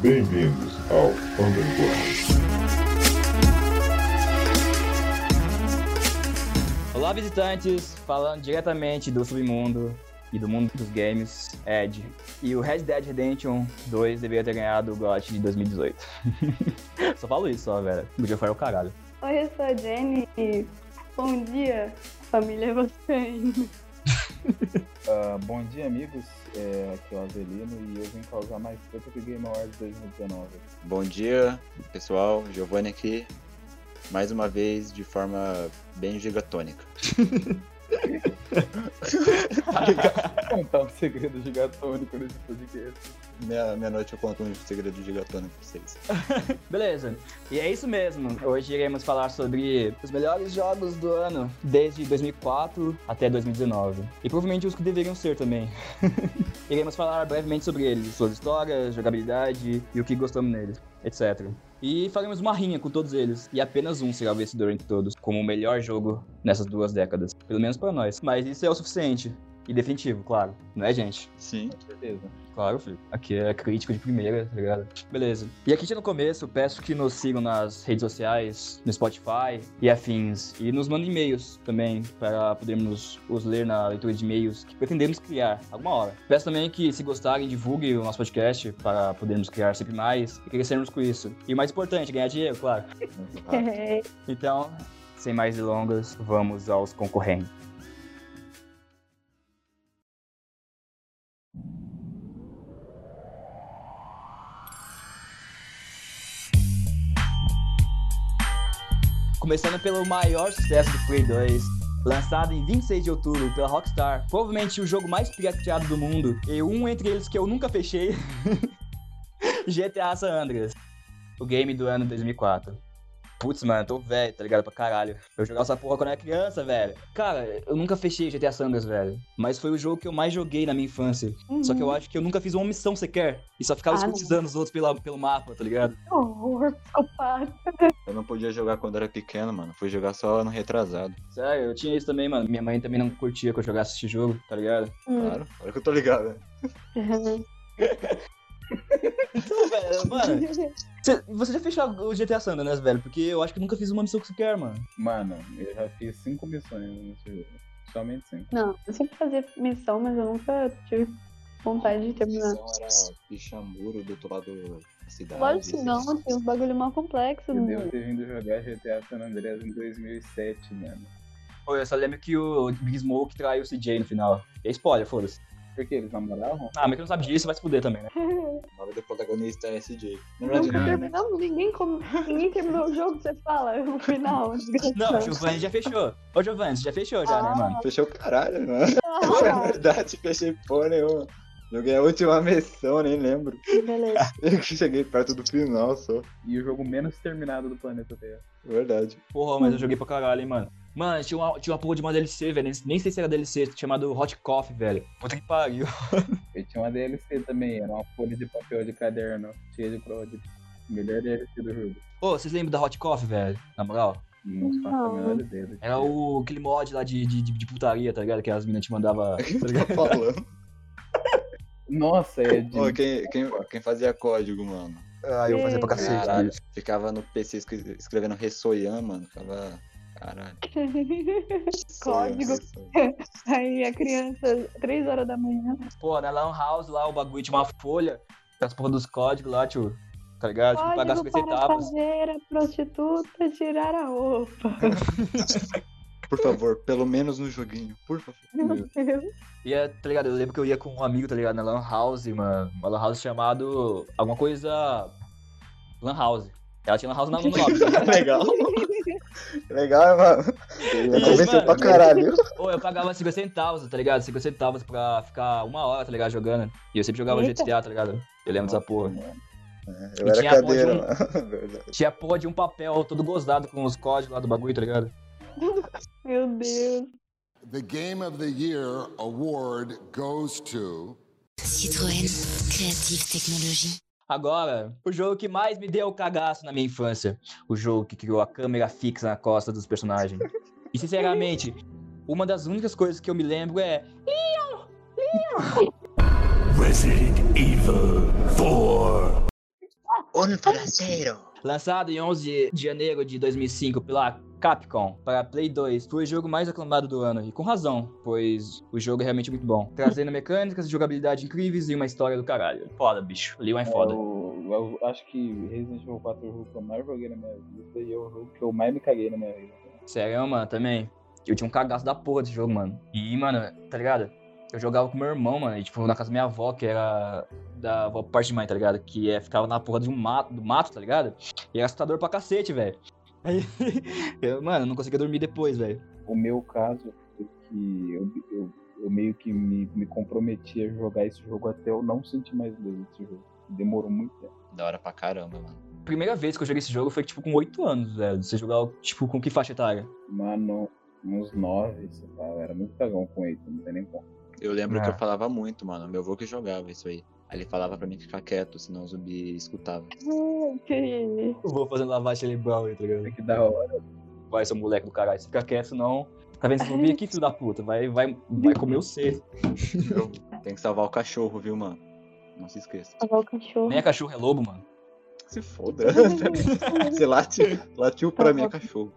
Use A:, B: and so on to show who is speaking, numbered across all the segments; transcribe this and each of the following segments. A: Bem-vindos ao Underground.
B: Olá, visitantes! Falando diretamente do submundo e do mundo dos games, Ed. E o Red Dead Redemption 2 deveria ter ganhado o GOT de 2018. só falo isso, só, velho. Podia falar o caralho.
C: Oi, eu sou a Jenny e bom dia, família Bastante.
D: Ah, bom dia, amigos. É, aqui é o Avelino e eu vim causar mais treta que o Game Awards 2019.
E: Bom dia, pessoal. Giovanni aqui. Mais uma vez, de forma bem gigatônica.
D: Contar um segredo gigatônico nesse podcast.
E: Meia- Meia-noite eu conto um segredo gigatônico pra vocês.
B: Beleza, e é isso mesmo. Hoje iremos falar sobre os melhores jogos do ano, desde 2004 até 2019. E provavelmente os que deveriam ser também. iremos falar brevemente sobre eles, suas histórias, jogabilidade e o que gostamos neles, etc. E faremos uma rinha com todos eles, e apenas um será o vencedor entre todos, como o melhor jogo nessas duas décadas. Pelo menos pra nós. Mas isso é o suficiente. E definitivo, claro. Não é, gente?
E: Sim.
D: Beleza.
B: Claro, filho. Aqui é crítico de primeira, tá ligado? Beleza. E aqui já no começo, peço que nos sigam nas redes sociais, no Spotify e afins. E nos mandem e-mails também, para podermos os ler na leitura de e-mails que pretendemos criar alguma hora. Peço também que, se gostarem, divulguem o nosso podcast para podermos criar sempre mais e crescermos com isso. E o mais importante, ganhar dinheiro, claro. Então, sem mais delongas, vamos aos concorrentes. Começando pelo maior sucesso do Play 2, lançado em 26 de outubro pela Rockstar, provavelmente o jogo mais pirateado do mundo, e um entre eles que eu nunca fechei, GTA San Andreas, o game do ano 2004. Putz, mano, tô velho, tá ligado? Pra caralho. Eu jogava essa porra quando era criança, velho. Cara, eu nunca fechei GTA San Andreas, velho. Mas foi o jogo que eu mais joguei na minha infância. Só que eu acho que eu nunca fiz uma missão sequer. E só ficava
C: Ah, não.
B: escutizando os outros pela, pelo mapa, tá ligado?
C: Que horror, psicopata.
E: Eu não podia jogar quando era pequeno, mano. Fui jogar só no retrasado.
B: Sério, eu tinha isso também, mano. Minha mãe também não curtia que eu jogasse esse jogo, tá ligado?
E: Claro. Agora que eu tô ligado, né?
B: é. Então, velho, mano, cê- você já fechou o GTA San Andreas, né, velho? Porque eu acho que eu nunca fiz uma missão que você quer, mano.
D: Mano, eu já fiz cinco missões nesse jogo. Somente cinco.
C: Não, eu sempre fazia missão, mas eu nunca tive vontade de terminar.
E: Então era Pichamuro do outro lado da cidade.
C: Lógico que não, tem uns bagulho mal complexo.
D: Eu
C: né?
D: devo ter vindo jogar GTA San Andreas em 2007, mano.
B: Pô, eu só lembro que o Big Smoke traiu o CJ no final. E é spoiler, foda-se.
D: Por que eles namoravam?
B: Ah, mas quem não sabe disso vai se fuder também, né?
E: O nome do protagonista é SJ. Na verdade,
C: Nunca
E: não, né?
C: terminamos, ninguém, com- ninguém terminou o jogo, você fala no final.
B: Não, o
C: desgraçado.
B: Giovanni já fechou. Ô, Giovanni, você já fechou já, né, mano?
E: Fechei o caralho, né? mano. Na
C: Ah,
E: verdade, fechei porra nenhuma. Joguei a última missão, nem lembro.
C: beleza.
E: Eu que cheguei perto do final só.
D: E o jogo menos terminado do planeta tá Terra.
E: Verdade.
B: Porra, mas eu joguei pra caralho, hein, mano. Mano, tinha uma, tinha uma porra de uma DLC, velho. Nem sei se era DLC, chamado Hot Coffee, velho. Puta que pariu.
D: Eu tinha uma DLC também, era uma folha de papel de caderno, cheia de prova de melhor DLC do jogo.
B: Ô, vocês lembram da Hot Coffee, velho? Na moral?
D: Não faço a
C: Não.
D: menor ideia. do que
B: Era
D: é.
B: o, aquele mod lá de, de, de, de putaria, tá ligado? Que as minas te mandavam. Tá ligado?
E: Falando.
D: Nossa, é de...
E: Ô, quem, quem, quem fazia código, mano?
B: Ah, eu fazia pra cacete.
E: Caralho,
B: bicho.
E: ficava no PC escre- escrevendo Ressoyan, mano. Ficava. Caralho. Ressoyan,
C: Código.
E: Ressoyan.
C: Aí a criança, três horas da manhã.
B: Pô, na Lan House né, lá, o bagulho tinha uma folha com as porra dos códigos lá, tio. Tá ligado? Tipo, pagar
C: Código
B: 50
C: para
B: centavos.
C: fazer a prostituta tirar a roupa.
E: Por favor, pelo menos no joguinho, por favor.
C: Meu Deus.
B: E é, tá ligado? Eu lembro que eu ia com um amigo, tá ligado? Na Lan House, mano. Uma Lan House chamado. Alguma coisa. Lan House. Ela tinha Lan House na no nome.
E: Legal. Legal, mano.
B: Ih,
E: Ele convenceu
B: mano.
E: pra caralho.
B: Ou eu pagava 50 centavos, tá ligado? 50 centavos pra ficar uma hora, tá ligado? Jogando. E eu sempre jogava
C: Eita.
B: GTA, tá ligado? Eu lembro dessa
E: É,
B: porra.
E: Eu
B: E tinha a porra
E: era
B: de
E: cadeira,
B: um-
E: mano. Verdade.
B: Tinha porra de um papel todo gozado com os códigos lá do bagulho, tá ligado?
C: Meu Deus.
F: The Game of the Year award goes to.
G: Citroën, Creative Technology.
B: Agora, o jogo que mais me deu cagaço na minha infância. O jogo que criou a câmera fixa na costa dos personagens. E sinceramente, uma das únicas coisas que eu me lembro é.
E: Un placeiro.
B: Lançado em 11 de janeiro de 2005 pela Capcom para Play 2, foi o jogo mais aclamado do ano, e com razão, pois o jogo é realmente muito bom, trazendo mecânicas e jogabilidade incríveis e uma história do caralho. Foda, bicho. Leon é foda.
D: Eu, eu acho que Resident Evil 4 é o jogo que eu mais joguei na minha vida e é o jogo que eu mais me caguei na minha vida.
B: Sério, mano, também. Eu tinha um cagaço da porra desse jogo, mano. E, mano, tá ligado? Eu jogava com meu irmão, mano, e, tipo, na casa da minha avó, que era da avó por parte de mãe, tá ligado? Que é, ficava na porra de um mato, do mato, tá ligado? E era assustador pra cacete, velho. Aí, eu, mano, não conseguia dormir depois, velho.
D: O meu caso foi que eu, eu, eu meio que me, me comprometi a jogar esse jogo até eu não sentir mais dele esse jogo. Demorou muito tempo.
E: Da hora pra caramba, mano.
B: Primeira vez que eu joguei esse jogo foi, tipo, com 8 anos, velho. Você jogava, tipo, com que faixa etária?
D: Mano, uns 9, sei lá. eu Era muito cagão com ele, não tem nem como.
E: Eu lembro
B: É.
E: que eu falava muito, mano. Meu avô que jogava isso aí. Aí ele falava pra mim ficar quieto, senão o zumbi escutava.
C: Ai, que...
B: Eu vou fazendo lavagem cerebral, aí, tá ligado?
D: É que da hora.
B: Vai, seu moleque do caralho, você fica quieto, senão. Tá vendo esse zumbi aqui, filho da puta? Vai, vai, vai comer o C.
E: Tem que salvar o cachorro, viu, mano? Não se esqueça.
C: Lavar o cachorro.
E: Né?
B: Nem é cachorro, é lobo, mano.
E: Se foda. Você late, latiu pra mim, é cachorro.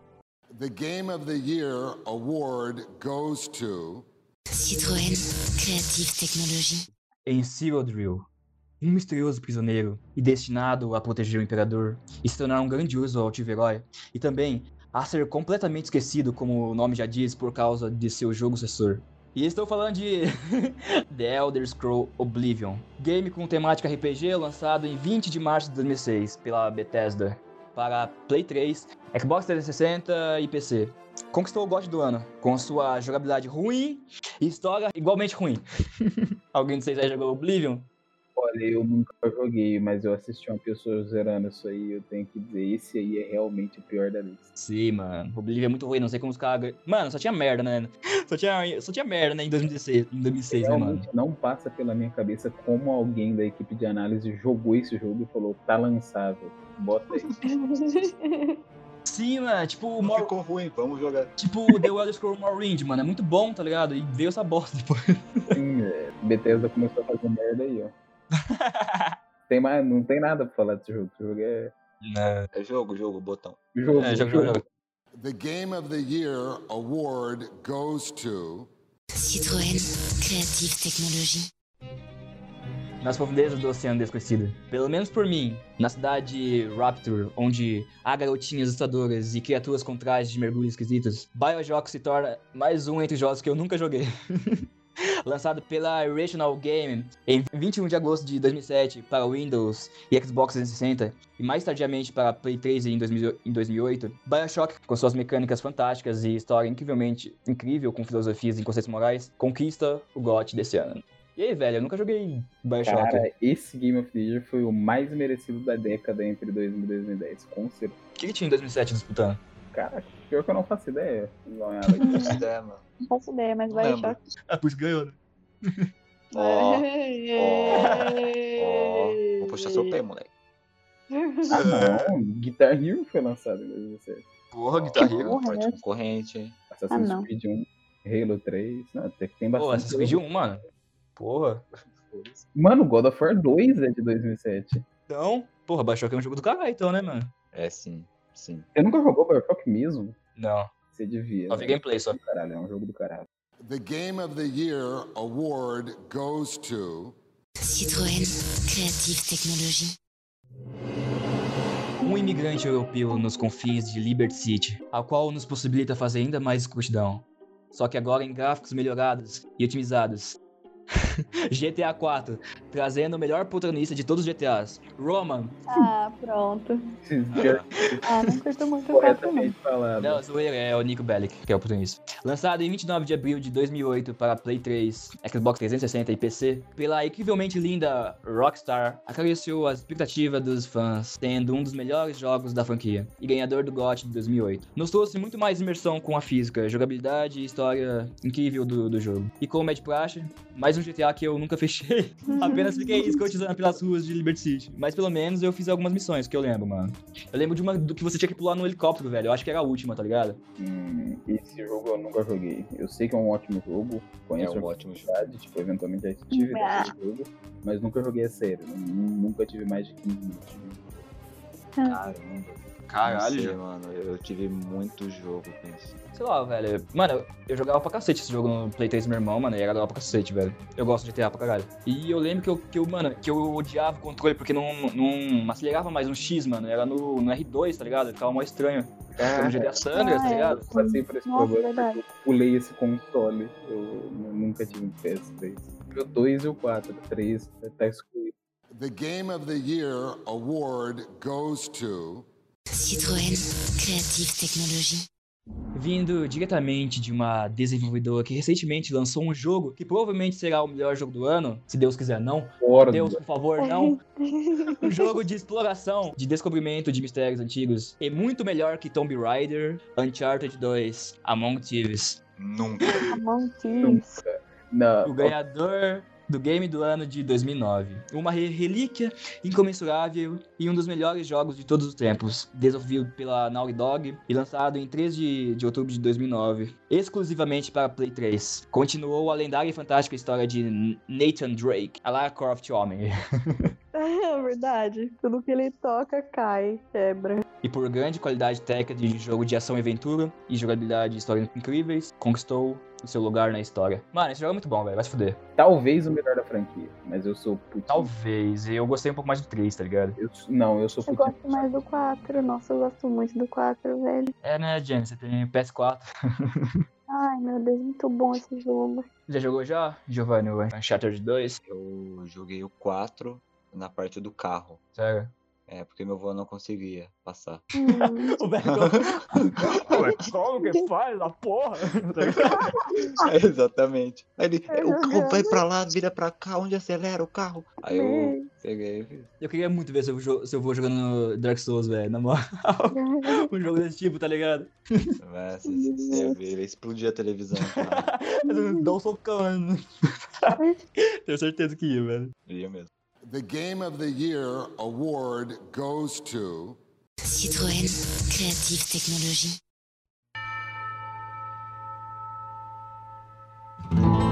F: The Game of the Year award goes to
G: Citroën Creative Technology.
B: Em Cyrodiil, um misterioso prisioneiro e destinado a proteger o imperador e se tornar um grandioso altivo-herói, e também a ser completamente esquecido, como o nome já diz, por causa de seu jogo sucessor. E estou falando de The Elder Scrolls Oblivion, game com temática RPG lançado em 20 de março de 2006 pela Bethesda para Play 3, Xbox 360 e PC. Conquistou o GOT do ano com sua jogabilidade ruim e história igualmente ruim. Alguém de vocês aí jogou Oblivion?
D: Olha, eu nunca joguei, mas eu assisti uma pessoa zerando isso aí. Eu tenho que dizer, esse aí é realmente o pior da lista.
B: Sim, mano. O Oblivion é muito ruim, não sei como os caras. gan- Mano, só tinha merda, né? Só tinha, só tinha merda, né? Em 2016, em 2006 né, mano?
D: Realmente não passa pela minha cabeça como alguém da equipe de análise jogou esse jogo e falou, tá lançável. Bota aí.
B: Sim, mano. Tipo, o Mor...
E: Ficou ruim, vamos jogar.
B: tipo o The Elder Scrolls Morrowind, mano. É muito bom, tá ligado? E veio essa bosta depois.
D: Sim, é, Bethesda começou a fazer merda aí, ó. Tem mais, não tem nada pra falar desse jogo. Esse jogo é.
E: É jogo, jogo, botão.
D: Jogo,
B: É, jogo,
D: jogo.
B: jogo.
F: the Game of the Year award goes to
G: Citroën Creative Technology.
B: Nas profundezas do oceano desconhecido. Pelo menos por mim, na cidade de Rapture, onde há garotinhas assustadoras e criaturas com trajes de mergulho esquisitos, Bioshock se torna mais um entre os jogos que eu nunca joguei. Lançado pela Irrational Game em 21 de agosto de 2007 para Windows e Xbox 360 e mais tardiamente para Play 3 em 2000 em 2008, BioShock, com suas mecânicas fantásticas e história incrivelmente incrível com filosofias e conceitos morais, conquista o GOT desse ano. E aí, velho, eu nunca joguei BioShock.
D: Cara, esse Game of the Year foi o mais merecido da década entre 2000 e 2010, com certeza.
B: O que, que tinha em 2007 disputando?
D: Cara, pior que eu não faço ideia. Não é nada
E: Não
D: que-
E: se der, mano.
C: Não faço ideia, mas
E: Não
C: vai
E: lembro.
C: choque.
B: Ah, por isso ganhou, né?
E: Ó, ó. Vou puxar seu pé, moleque.
D: Ah, não. Guitar Hero foi lançado em 2017.
B: Porra,
E: Tá
B: Guitar Hero.
E: rico,
C: Porra,
E: forte
C: né?
E: concorrente, hein?
D: Assassin's
C: Ah, não.
D: Creed 1, Halo 3. Não, até que tem bastante.
B: Pô, Assassin's Creed 1, mano. Porra.
D: Mano, God of War 2 é de 2007.
B: Então, porra, BioShock é um jogo do caralho, então, né, mano?
E: É, sim, sim.
D: Você nunca jogou Bioshock mesmo?
B: Não,
D: Você devia.
B: só vi gameplay só.
D: Caralho, é um jogo do caralho.
F: the Game of the Year award goes to
G: Citroën Creative Technology.
B: Um imigrante europeu nos confins de Liberty City, a qual nos possibilita fazer ainda mais escrutidão. Só que agora em gráficos melhorados e otimizados. GTA 4, trazendo o melhor protagonista de todos os GTAs, Roman.
C: Ah, pronto.
D: Just
C: Ah, não curto muito o quatro, não.
D: corretamente falado.
B: Não, zoeira, é o Nico Bellic, que é o protagonista. Lançado em 29 de abril de 2008 para Play 3, Xbox 360 e PC, pela incrivelmente linda Rockstar, acariciou a expectativa dos fãs, sendo um dos melhores jogos da franquia e ganhador do GOT de 2008. Nos trouxe muito mais imersão com a física, jogabilidade e história incrível do, do jogo. E como é de praxe, mais um GTA que eu nunca fechei. Apenas fiquei escotizando pelas ruas de Liberty City. Mas pelo menos eu fiz algumas missões que eu lembro, mano. Eu lembro de uma do que você tinha que pular no helicóptero, velho. Eu acho que era a última, tá ligado?
D: Hum, esse jogo eu nunca joguei. Eu sei que é um ótimo jogo,
E: É
D: conheço
E: um
D: a
E: ótimo jogo.
D: verdade, tipo, eventualmente já tive
C: Ah.
D: desse jogo, mas nunca joguei a sério. nu- Nunca tive mais de 15 minutos.
E: Caramba.
H: Caralho,
E: Não sei,
H: João.
E: mano. Eu tive muito jogo com isso.
B: Sei lá, velho. Mano, eu jogava pra cacete esse jogo no Play 3 do meu irmão, mano, e era da hora pra cacete, velho. Eu gosto de GTA pra caralho. E eu lembro que eu, que eu mano, que eu odiava o controle porque não, não acelerava mais no X, mano. Era no, no R2, tá ligado? Ficava mó estranho. Era no GTA Sanders,
C: Ah,
B: tá
C: é.
B: ligado?
D: Eu passei por esse
C: Nossa,
D: problema.
C: verdade.
D: Eu pulei esse console. Eu nu- nunca tive um PS3. O 2 e o 4. O 3 tá excluído.
F: The Game of the Year award goes to
G: Citroën, Creative Technology.
B: Vindo diretamente de uma desenvolvedora que recentemente lançou um jogo que provavelmente será o melhor jogo do ano, se Deus quiser não.
D: Fora do-
B: Deus, por favor, não. Um jogo de exploração, de descobrimento de mistérios antigos. E muito melhor que Tomb Raider, Uncharted 2, Among Thieves.
E: Nunca.
C: Among Thieves.
D: Não,
B: O ganhador do game do ano de 2009. Uma re- relíquia incomensurável e um dos melhores jogos de todos os tempos. Desenvolvido pela Naughty Dog e lançado em 3 de, de outubro de 2009. Exclusivamente para Play 3. Continuou a lendária e fantástica história de N- Nathan Drake. A Lara Croft Homem.
C: É verdade. Tudo que ele toca cai, quebra.
B: e por grande qualidade técnica de jogo de ação e aventura e jogabilidade e história incríveis, conquistou o seu lugar na história. Mano, esse jogo é muito bom, velho, vai se fuder.
D: talvez o melhor da franquia. Mas eu sou putinho.
B: Talvez, e eu gostei um pouco mais do 3, tá ligado?
D: Eu- não, eu sou
C: Eu
D: putinho.
C: gosto mais do 4. Nossa, eu gosto muito do 4, velho.
B: É, né, Jenny, você tem PS4.
C: Ai, meu Deus, muito bom esse jogo.
B: Já jogou já, Giovanni, o Uncharted 2?
E: Eu joguei o 4 na parte do carro.
B: Sério?
E: É, porque meu avô não conseguia passar.
C: Hum,
B: O velho como que faz a porra?
E: Exatamente. Aí ele,
C: Eu
E: o carro
C: jogando.
E: vai pra lá, vira pra cá, onde acelera o carro? Aí eu
C: meu
E: peguei e fiz.
B: Eu queria muito ver se eu, jo- se eu vou jogando no Dark Souls, velho, na moral.
C: Deus.
B: Um jogo desse tipo, tá ligado?
E: Nossa, se você ver, ele explodia a televisão. cara.
B: Dá um socão, mano. Tenho certeza que ia, velho.
E: Ia mesmo.
F: the Game of the Year award goes to
G: Citroën, Creative Technology.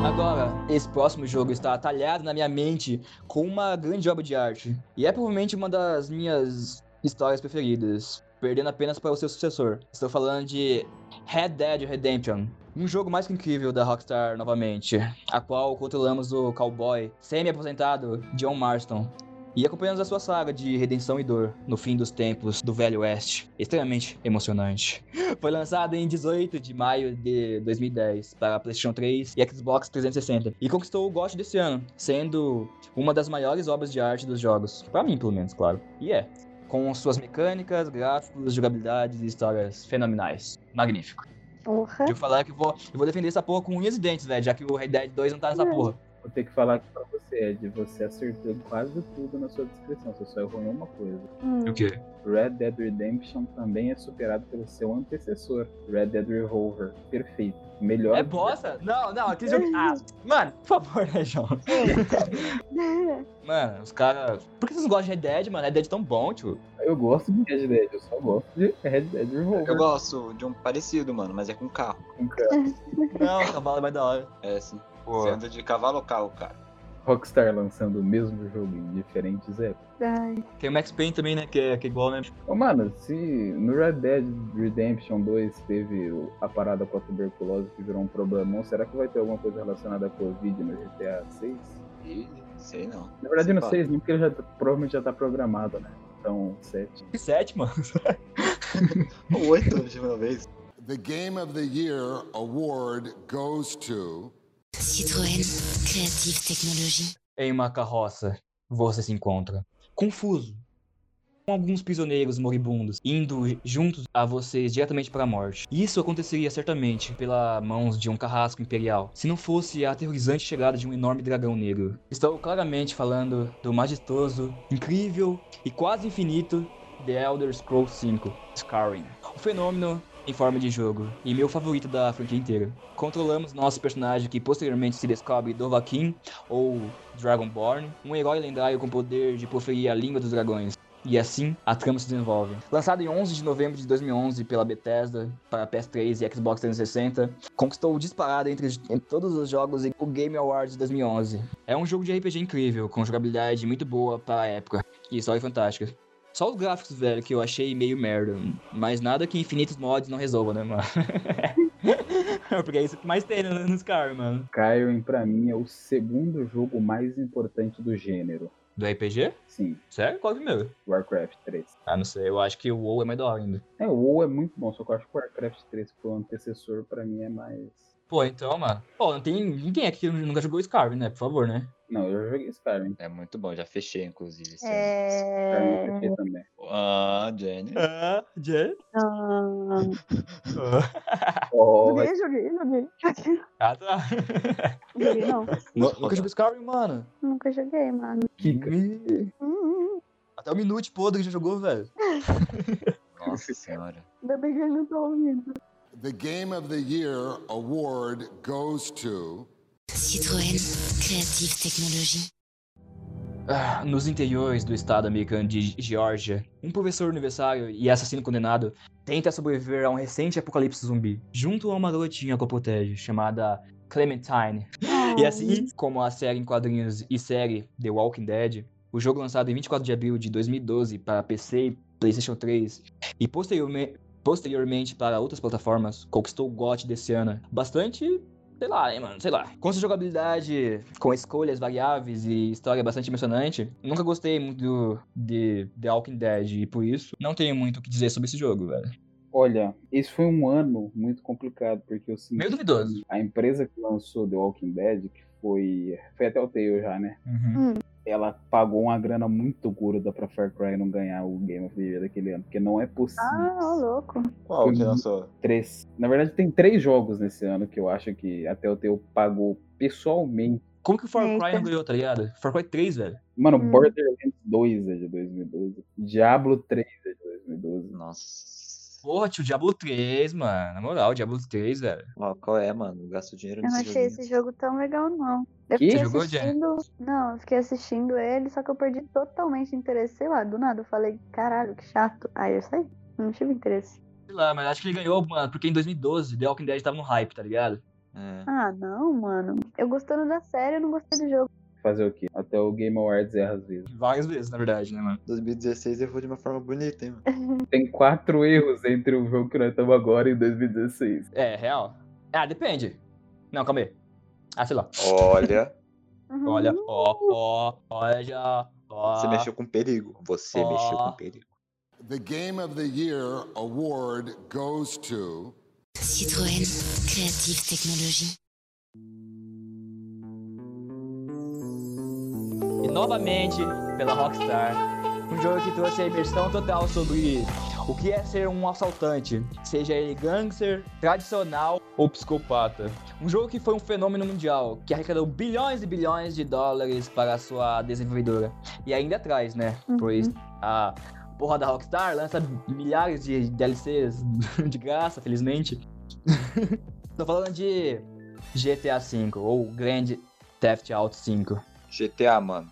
B: Agora, esse próximo jogo está talhado na minha mente com uma grande obra de arte. E é provavelmente uma das minhas histórias preferidas, perdendo apenas para o seu sucessor. Estou falando de Red Dead Redemption. Um jogo mais que incrível da Rockstar novamente, a qual controlamos o cowboy semi-aposentado John Marston. E acompanhamos a sua saga de redenção e dor no fim dos tempos do Velho Oeste. Extremamente emocionante. Foi lançado em 18 de maio de 2010 para PlayStation 3 e Xbox 360 e conquistou o GOT desse ano, sendo uma das maiores obras de arte dos jogos, Pra mim pelo menos, claro. E é, com suas mecânicas, gráficos, jogabilidades e histórias fenomenais. Magnífico.
I: É.
C: Porra.
B: Deixa eu falar que eu vou, eu vou defender essa porra com unhas e dentes, velho, já que o Red Dead 2 não tá nessa
C: Não.
B: porra.
D: Vou ter que falar aqui pra você, Ed. Você acertou quase tudo na sua descrição. Você só errou em uma coisa.
C: Hum.
B: quê?
D: Red Dead Redemption também é superado pelo seu antecessor, Red Dead Revolver. Perfeito. Melhor.
B: É bosta? Não, não, aquele jogo... Ah, mano, por favor, né, João? Mano, os caras... Por que vocês não gostam de Red Dead, mano? Red Dead é tão bom, tio.
D: Eu gosto de Red Dead, eu só gosto de Red Dead Revolver. Então,
E: Eu gosto de um parecido, mano, mas é com carro.
D: Nunca.
B: Não, o cavalo é mais da hora.
E: É assim.
B: Pô.
E: Você anda de cavalo ou carro, cara?
D: Rockstar lançando o mesmo jogo em diferentes épocas.
C: Ai,
B: Tem o Max Payne também, né? Que é, que é igual, né?
D: Ô, mano, se no Red Dead Redemption 2 teve o- a parada com a tuberculose que virou um problemão, será que vai ter alguma coisa relacionada à Covid no GTA 6?
E: Ih, sei não.
D: Na verdade, eu não
E: Pá.
D: sei, não, porque ele já tá- provavelmente já tá programado, né? Então, 7.
B: Que sétima.
E: Oito de uma vez.
F: the Game of the Year award goes to
G: Citroën, Creative Technology.
B: Em uma carroça, você se encontra. Confuso. Com alguns prisioneiros moribundos indo juntos a vocês diretamente para a morte. Isso aconteceria certamente pelas mãos de um carrasco imperial, se não fosse a aterrorizante chegada de um enorme dragão negro. Estou claramente falando do majestoso, incrível e quase infinito The Elder Scrolls V, Skyrim. Um fenômeno em forma de jogo, e meu favorito da franquia inteira. Controlamos nosso personagem que posteriormente se descobre Dovahkiin, ou Dragonborn, um herói lendário com poder de proferir a língua dos dragões. E assim, a trama se desenvolve. Lançado em 11 de novembro de 2011 pela Bethesda para PS3 e Xbox 360, conquistou o disparado entre, entre todos os jogos e o Game Awards de 2011. É um jogo de RPG incrível, com jogabilidade muito boa para a época, e história fantástica. Só os gráficos, velho, que eu achei meio merda. Mas nada que infinitos mods não resolva, né, mano? Porque é isso que mais tem né, nos Skyrim, mano.
D: Skyrim, pra mim, é o segundo jogo mais importante do gênero.
B: Do RPG?
D: Sim,
B: Sério? Qual que é o meu?
D: Warcraft 3.
B: Ah, não sei. Eu acho que o WoW é mais da hora ainda.
D: É, o WoW é muito bom, só que eu acho que o Warcraft 3, que foi o antecessor, pra mim é mais...
B: Pô, então, mano. Pô, não tem ninguém aqui que nunca jogou Skyrim, né? Por favor, né?
D: Não, eu joguei Skyrim.
E: É muito bom, já fechei, inclusive. esse ano.
D: Skyrim eu
C: É...
D: fechei também.
E: Ah, Jenny.
B: Ah, Jay?
C: Ah,
D: Oh,
C: joguei, joguei, joguei.
B: Ah, tá.
C: Joguei não.
B: nunca jogou Skyrim, mano.
C: Nunca joguei, mano.
D: Kika.
C: Hum, hum.
B: Até o Minute Podre já jogou, velho.
E: Nossa senhora.
C: Ainda bem que eu não tô ouvindo.
F: The Game of the Year award goes to
G: Citroën, créative technologie.
B: Ah, Nos interiores do estado americano de Ge- Geórgia, um professor universitário e assassino condenado tenta sobreviver a um recente apocalipse zumbi, junto a uma garotinha que o protege, chamada Clementine.
I: Uhum.
B: E assim como a série em quadrinhos e série The Walking Dead, o jogo lançado em 24 de abril de 2012 para PC e PlayStation 3 e posteriorme- posteriormente para outras plataformas, conquistou o GOT desse ano. Bastante, sei lá, né, mano, sei lá. Com sua jogabilidade, com escolhas variáveis e história bastante emocionante, nunca gostei muito do, de The Walking Dead e por isso não tenho muito o que dizer sobre esse jogo, velho.
D: Olha, esse foi um ano muito complicado, porque eu senti
B: Meio duvidoso.
D: a empresa que lançou The Walking Dead, que foi. Foi até o Tale já, né? Ela pagou uma grana muito gorda pra Far Cry não ganhar o Game of the Year daquele ano, porque não é possível.
C: Ah, ô louco.
E: Qual que é lançou?
D: Três. Na verdade, tem três jogos nesse ano que eu acho que até o Tale pagou pessoalmente.
B: Como que o Far Cry
C: Eita.
B: não ganhou, tá ligado? Far Cry 3, velho.
D: Mano,
C: Hum.
D: Borderlands 2 é de 2012. Diablo 3 é de 2012.
E: Nossa.
B: Porra, tio, Diablo 3, mano. Na moral, Diablo 3, velho.
E: Ó, qual é, mano? Gasto dinheiro
C: Eu não
E: nesse
C: achei
E: jogo.
C: esse jogo tão legal, não. Eu
D: Que?
B: Você
C: fiquei
B: jogou, Jenny?
C: assistindo. Não, eu fiquei assistindo ele, só que eu perdi totalmente o interesse. Sei lá, do nada eu falei, caralho, que chato. Aí eu saí. Não tive interesse.
B: Sei lá, mas acho que ele ganhou, mano, porque em 2012 The Walking Dead tava no hype, tá ligado?
E: É.
C: Ah, não, mano. Eu gostando da série, eu não gostei do jogo.
D: Fazer o quê? Até o Game Awards erra às vezes.
B: Várias vezes, na verdade, né, mano?
E: 2016 errou de uma forma bonita, hein, mano?
D: Tem quatro erros entre o jogo que nós estamos agora e 2016.
B: É, real. Ah, depende. Não, calma aí. Ah, sei lá.
E: Olha,
C: Uhum,
B: Olha, ó, ó, olha já, ó.
E: você mexeu com perigo. Você
B: Ó.
E: mexeu com perigo.
F: the Game of the Year award goes to
G: Citroën, créative technologie.
B: E novamente, pela Rockstar. Um jogo que trouxe a imersão total sobre o que é ser um assaltante, seja ele gangster, tradicional ou psicopata. Um jogo que foi um fenômeno mundial, que arrecadou bilhões e bilhões de dólares para a sua desenvolvedora. E ainda atrás, né? Pois a porra da Rockstar lança milhares de DLCs de graça, felizmente. Tô falando de GTA V ou Grand Theft Auto 5.
E: GTA, mano.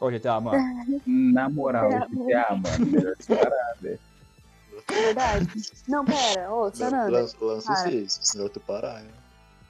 B: Ô, GTA, mano.
D: Na moral,
C: É,
D: GTA, mano, melhor disparado.
C: É verdade? Não, pera. Ô,
I: Tá
C: Sananda.
E: Lança lança
C: Para.
E: isso, senão eu tô parado.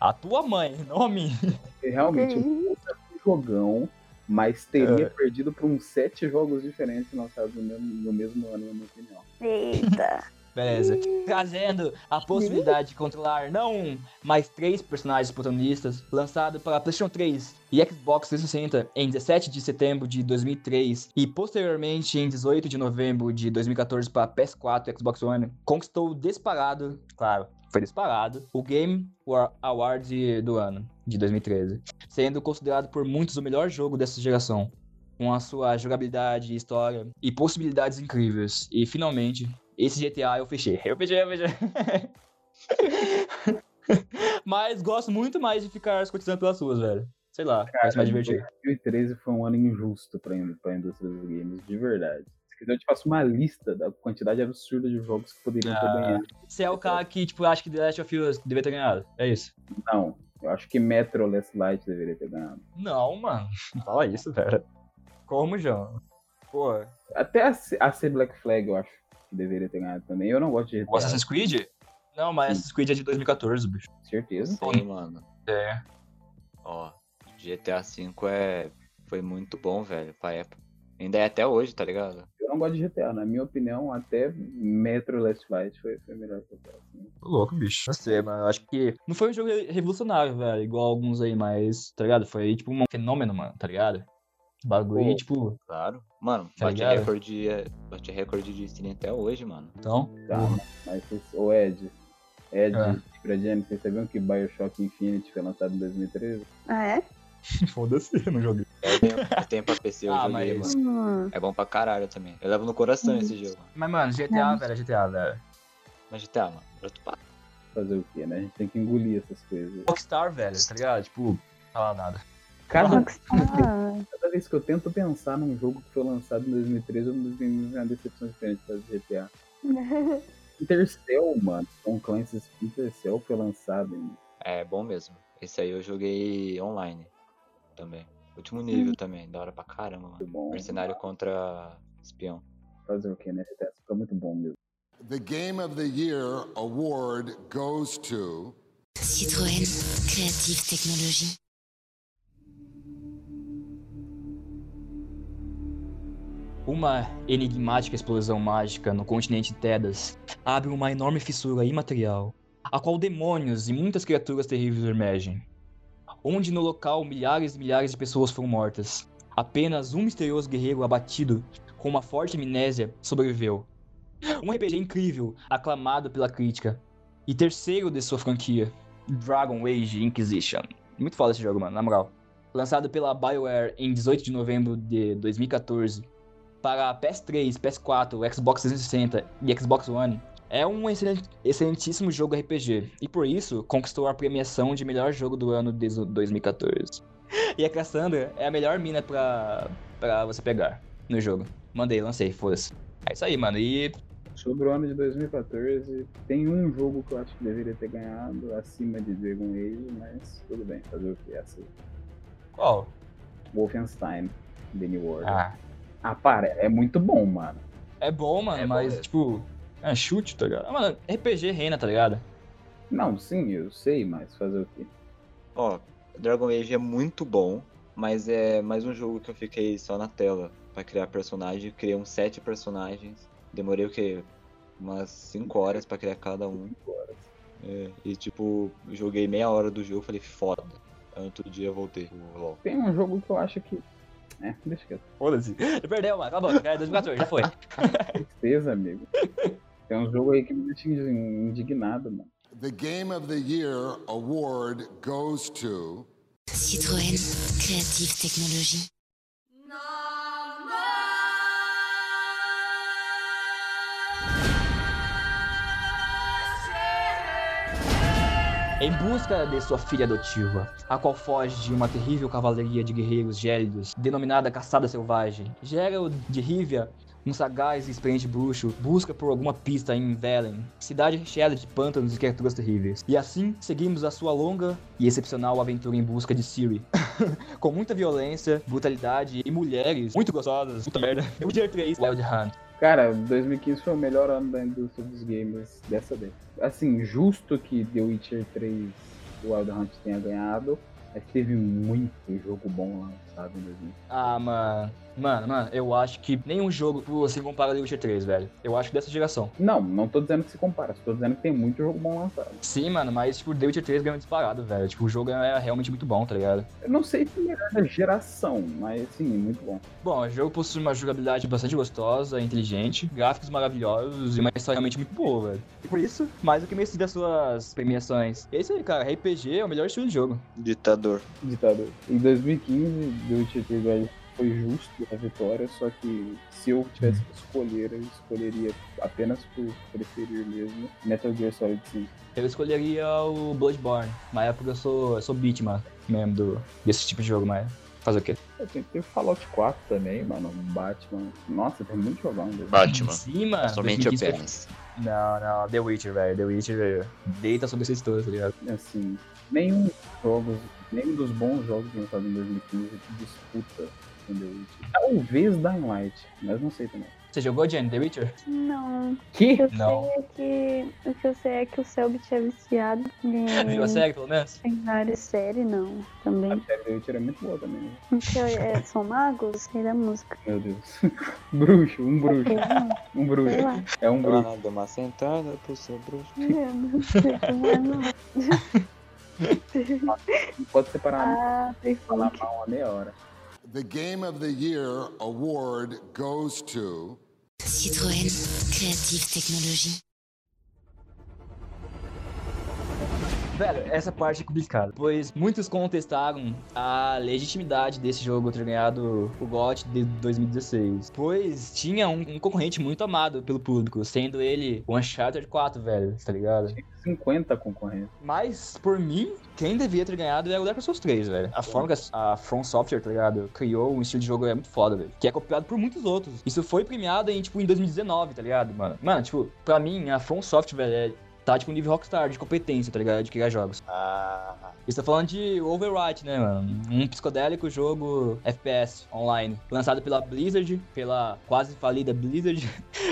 B: A tua mãe, não a minha.
D: Realmente,
C: Que
D: um puta jogão, mas
B: É.
D: teria perdido por uns sete jogos diferentes lançados no mesmo, no mesmo ano, na minha opinião.
C: Eita.
B: Beleza. Trazendo a possibilidade de controlar não um, mas três personagens protagonistas, lançado para PlayStation 3 e Xbox 360 em 17 de setembro de 2003 e posteriormente em 18 de novembro de 2014 para PS4 e Xbox One, conquistou disparado, claro, foi disparado, o Game War- Award do ano de 2013, sendo considerado por muitos o melhor jogo dessa geração. Com a sua jogabilidade, história e possibilidades incríveis. E finalmente, esse GTA eu fechei. Eu fechei, eu fechei. Mas gosto muito mais de ficar escutando pelas suas, velho. Sei lá, parece mais divertido.
D: 2013 foi um ano injusto pra, in- pra indústria dos games, de verdade. Se quiser, eu te faço uma lista da quantidade absurda de jogos que poderiam ter
B: Ah.
D: ganhado.
B: Você é o cara que, tipo, acha que The Last of Us deveria ter ganhado. É isso.
D: Não, eu acho que Metro Last Light deveria ter ganhado.
B: Não, mano. Fala isso, velho. Como, João? Pô,
D: Até a C, a C Black Flag, eu acho que deveria ter ganhado também. Eu não gosto de
B: o
D: GTA,
B: Assassin's Creed? Não, mas Assassin's Creed é de 2014, bicho.
D: certeza.
E: Sim, mano.
B: É.
E: Ó, GTA V é... foi muito bom, velho, pra época. Ainda é até hoje, tá ligado?
D: Eu não não gosto de GTA. Na minha opinião, até Metro Last Light foi, foi melhor que o assim.
H: Tô louco, bicho.
B: Não sei, mano. Eu acho que não foi um jogo revolucionário, velho, igual alguns aí, mas, tá ligado? Foi tipo um fenômeno, mano, tá ligado? Bagulho,
E: Pô.
B: tipo,
E: Claro. Mano,
B: Tá
E: bate
B: ligado?
E: recorde, é, bate recorde de stream até hoje, mano.
B: então.
D: Tá, mas o Ed. Ed,
B: É.
D: pra Jennifer, vocês sabiam que Bioshock Infinity foi lançado em 2013?
C: Ah, é?
H: Foda-se, eu não joguei.
E: É, Eu tenho, eu tenho pra PC, eu
B: Ah,
E: joguei,
B: mas-
E: mano.
C: Hum.
E: É bom pra caralho também. Eu levo no coração
C: Uhum.
E: esse jogo. mano.
B: Mas, mano, GTA, velho, GTA, velho.
E: Mas GTA, mano, outro papo.
D: Fazer o quê, né? A gente tem que engolir essas coisas.
B: Rockstar, velho, tá ligado? Tipo, fala nada.
D: Cada,
C: Rockstar.
D: cada vez que eu tento pensar num jogo que foi lançado em 2013, eu me tenho uma decepção diferente das GTA. Intercell, mano. Tom Clancy's Intercell foi lançado em
E: É bom mesmo. Esse aí eu joguei online também. Último nível também, da hora pra caramba,
D: muito
E: mano.
D: bom.
E: Mercenário contra espião.
D: Fazer o quê, né? GTA fica muito bom mesmo.
F: The Game of the Year award goes to.
G: Citroën, créative technologie.
B: Uma enigmática explosão mágica no continente Tedas abre uma enorme fissura imaterial, a qual demônios e muitas criaturas terríveis emergem. Onde no local milhares e milhares de pessoas foram mortas. Apenas um misterioso guerreiro abatido com uma forte amnésia sobreviveu. Um RPG incrível, aclamado pela crítica. E terceiro de sua franquia, Dragon Age Inquisition. Muito foda esse jogo, mano, na moral. Lançado pela BioWare em 18 de novembro de 2014, para PS3, PS4, Xbox 360 e Xbox One, é um excelente- excelentíssimo jogo RPG, e por isso conquistou a premiação de melhor jogo do ano de 2014. E a Cassandra é a melhor mina pra, pra você pegar no jogo. Mandei, lancei, foda-se. É isso aí, mano, e
D: Sobre o ano de 2014, tem um jogo que eu acho que deveria ter ganhado acima de Dragon Age, mas tudo bem, fazer o que é assim.
B: qual?
D: Wolfenstein, The New Order. Ah,
B: Ah,
D: para, é muito bom, mano.
B: é bom, mano,
E: É bom
B: mas
E: mesmo.
B: tipo, é chute, tá ligado? Ah, Mano, RPG reina, tá ligado?
D: Não, sim, eu sei, mas fazer o quê?
E: Ó, Dragon Age é muito bom, mas é mais um jogo que eu fiquei só na tela pra criar personagem. Criei uns sete personagens. Demorei o quê? Umas 5 horas pra criar cada um. É, e tipo, joguei meia hora do jogo falei, foda. Aí outro dia eu voltei. pro LOL.
D: Tem um jogo que eu acho que. É, deixa quieto.
B: Foda-se. Perdeu, mano, acabou, é 2014, já foi.
D: Tristeza, amigo. Tem um jogo aí que me deixa indignado, mano.
F: The Game of the Year award goes to.
G: Citroën, créative technologie.
B: Em busca de sua filha adotiva, a qual foge de uma terrível cavalaria de guerreiros gélidos, denominada Caçada Selvagem, Gerald de Rivia, um sagaz e experiente bruxo, busca por alguma pista em Velen, cidade recheada de pântanos e criaturas terríveis. E assim, seguimos a sua longa e excepcional aventura em busca de Ciri. Com muita violência, brutalidade e mulheres muito gostosas. Puta merda. O Tier 3 Wild Hunt.
D: Cara, 2015 foi o melhor ano da indústria dos games dessa vez. Assim, justo que The Witcher 3 do Wild Hunt tenha ganhado, mas teve muito jogo bom lançado em 2015.
B: Ah, mano. Mano, mano, eu acho que nenhum jogo pô, se compara a The Witcher 3, velho. Eu acho que dessa geração.
D: Não, não tô dizendo que se compara, só tô dizendo que tem muito jogo bom lançado.
B: Sim, mano, mas, tipo, The Witcher 3 ganhou disparado, velho. Tipo, o jogo é realmente muito bom, tá ligado?
D: Eu não sei se é melhor da geração, mas sim, muito bom.
B: Bom, o jogo possui uma jogabilidade bastante gostosa, inteligente, gráficos maravilhosos e uma história realmente muito boa, velho. E por isso, mais do que merecido as suas premiações. E é isso aí, cara. RPG é o melhor estilo de jogo.
E: Ditador.
D: Ditador. Em 2015, The Witcher 3 velho, foi justo a vitória, só que se eu tivesse que escolher, eu escolheria apenas por preferir mesmo Metal Gear Solid 5.
B: Eu escolheria o Bloodborne, mas é porque eu sou, eu sou bitman mesmo do, desse tipo de jogo, mas fazer o quê?
D: Eu tenho- Teve Fallout 4 também, mano. um Batman. Nossa, tem muito né? jogão. mesmo.
E: Batman.
B: Sim, mano.
E: É Somente
B: 2015 foi-
E: apenas.
B: Não, não, The Witcher, velho. The Witcher deita sobre esses todos, tá ligado?
D: Assim, nenhum dos jogos, nenhum dos bons jogos lançados em 2015 disputa com The Witcher. Talvez Dying Light, mas não sei também.
B: Você jogou, Jenny, The Witcher?
C: Não.
D: Que?
C: Eu
B: Não.
C: sei é que. O que eu sei é que o Selbit é viciado. E
B: Viu a série, Ah. pelo menos?
C: Tem várias séries, não.
D: A
C: Também.
D: série The Witcher é muito boa também. né?
C: Então, é, são magos? Sei da música.
D: Meu Deus. bruxo, um bruxo. Um bruxo.
C: Sei lá.
D: É um bruxo.
E: Ela deu uma sentada pro seu é bruxo.
C: Eu Não sei como é, não.
D: Não pode separar
C: Ah, tem
D: falar
C: funk.
D: mal uma meia hora.
F: The Game of the Year award goes to
G: Citroën, Creative Technology.
B: Velho, essa parte é complicada, pois muitos contestaram a legitimidade desse jogo ter ganhado o GOT de 2016, pois tinha um, um concorrente muito amado pelo público, sendo ele o Uncharted 4, velho, tá ligado?
D: 50 concorrentes.
B: Mas, por mim, quem devia ter ganhado era o Dark Souls 3, velho. A forma que a a From Software, tá ligado, criou um estilo de jogo é muito foda, velho, que é copiado por muitos outros. Isso foi premiado em, tipo, em 2019, tá ligado, mano? Mano, tipo, pra mim, a From Software, velho, é... Tá, tipo, nível Rockstar de competência, tá ligado? De criar jogos.
E: Ah,
B: Você tá falando de Overwrite, né, mano? Um psicodélico jogo FPS online, lançado pela Blizzard, pela quase falida Blizzard,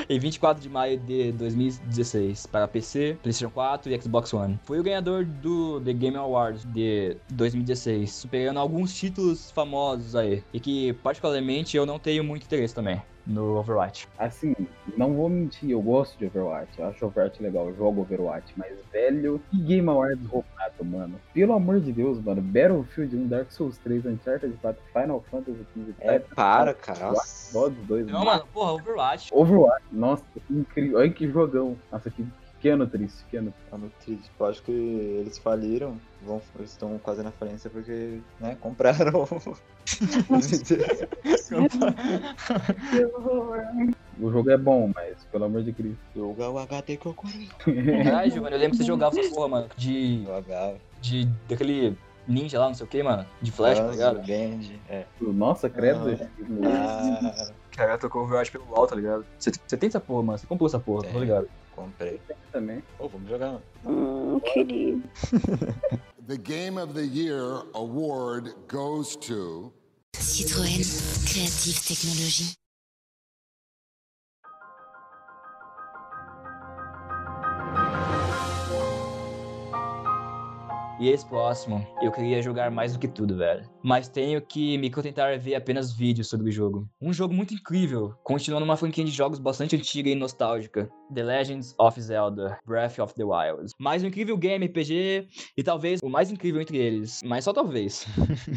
B: em 24 de maio de 2016, para PC, PlayStation 4 e Xbox One. Foi o ganhador do The Game Awards de 2016, superando alguns títulos famosos aí, e que particularmente eu não tenho muito interesse também no Overwatch.
D: Assim, não vou mentir, eu gosto de Overwatch. Eu acho Overwatch legal, eu jogo Overwatch. Mas, velho, que Game Awards roubado, mano. Pelo amor de Deus, mano. Battlefield 1, Dark Souls 3, Uncharted 4, Final Fantasy XV.
E: é
D: Titan,
E: para, cara.
D: God
E: Nossa.
D: of 2,
B: Não, mano, porra, Overwatch.
D: Overwatch, nossa, incrível. Olha que jogão. Nossa, que pequeno triste, pequeno.
E: Tá no triste. Eu acho que eles faliram. Vão, eles estão quase na falência porque, né, compraram. o-
C: Que horror.
D: O jogo é bom, mas pelo amor de Cristo.
E: Joga o HD que eu comprei.
B: Caralho, Giovanni, eu lembro que você jogava essa porra, mano, de
E: Joga
B: de daquele ninja lá, não sei o que, mano. De flash, tá ligado?
E: Band. É.
D: Nossa, credo.
E: Ah. Ah,
B: Cara, tocou o Overwatch pelo LOL, tá ligado? Você tem essa porra, mano. Você comprou essa porra, tô
E: Tenho.
B: ligado.
E: comprei.
D: também.
E: Ô, vamos jogar, mano.
C: Hum, querido.
F: the Game of the Year award goes to
G: Citroën, Creative Technology.
B: E esse próximo, eu queria jogar mais do que tudo, velho. Mas tenho que me contentar em ver apenas vídeos sobre o jogo. Um jogo muito incrível, continuando uma franquia de jogos bastante antiga e nostálgica. The Legends of Zelda, Breath of the Wild. Mais um incrível game RPG e talvez o mais incrível entre eles, mas só talvez.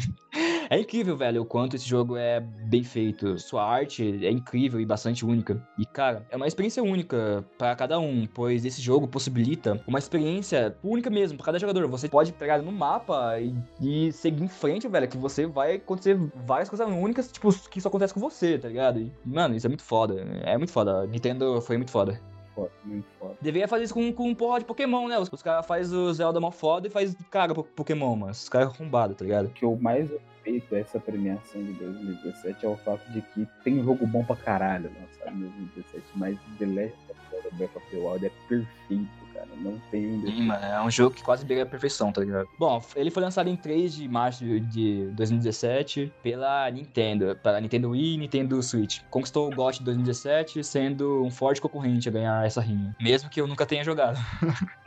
B: é incrível, velho, o quanto esse jogo é bem feito. Sua arte é incrível e bastante única. E, cara, é uma experiência única para cada um, pois esse jogo possibilita uma experiência única mesmo para cada jogador. Você pode pegar no mapa e, e seguir em frente, velho, que você vai acontecer várias coisas únicas, tipo, que só acontece com você, tá ligado? E, mano, isso é muito foda. É muito foda. A Nintendo foi muito foda.
D: Foda, muito foda.
B: Deveria fazer isso com, com um porra de Pokémon, né? Os, os caras fazem o Zelda mó foda e faz cara pro Pokémon, mano. Os caras arrombados, tá ligado?
D: O que eu mais respeito dessa premiação de 2017 é o fato de que tem jogo bom pra caralho né, lançado em 2017, mas The Last of Us Breath of the Wild é perfeito, cara. Não tem um
B: Sim, mano, é um jogo que quase beira a perfeição, tá ligado? Bom, ele foi lançado em 3 de março de 2017 pela Nintendo, para Nintendo Wii e Nintendo Switch. Conquistou o GOT de 2017, sendo um forte concorrente a ganhar essa rinha. Mesmo que eu nunca tenha jogado.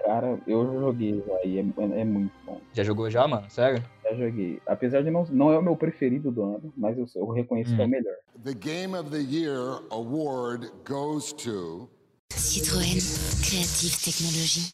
D: Cara, eu joguei já e é, é muito bom.
B: Já jogou já, mano? Sério?
D: Já joguei. Apesar de não, não é o meu preferido do ano, mas eu, eu reconheço
B: Hum.
D: que é o melhor.
F: the Game of the Year award goes to
G: Citroën, Creative Technology.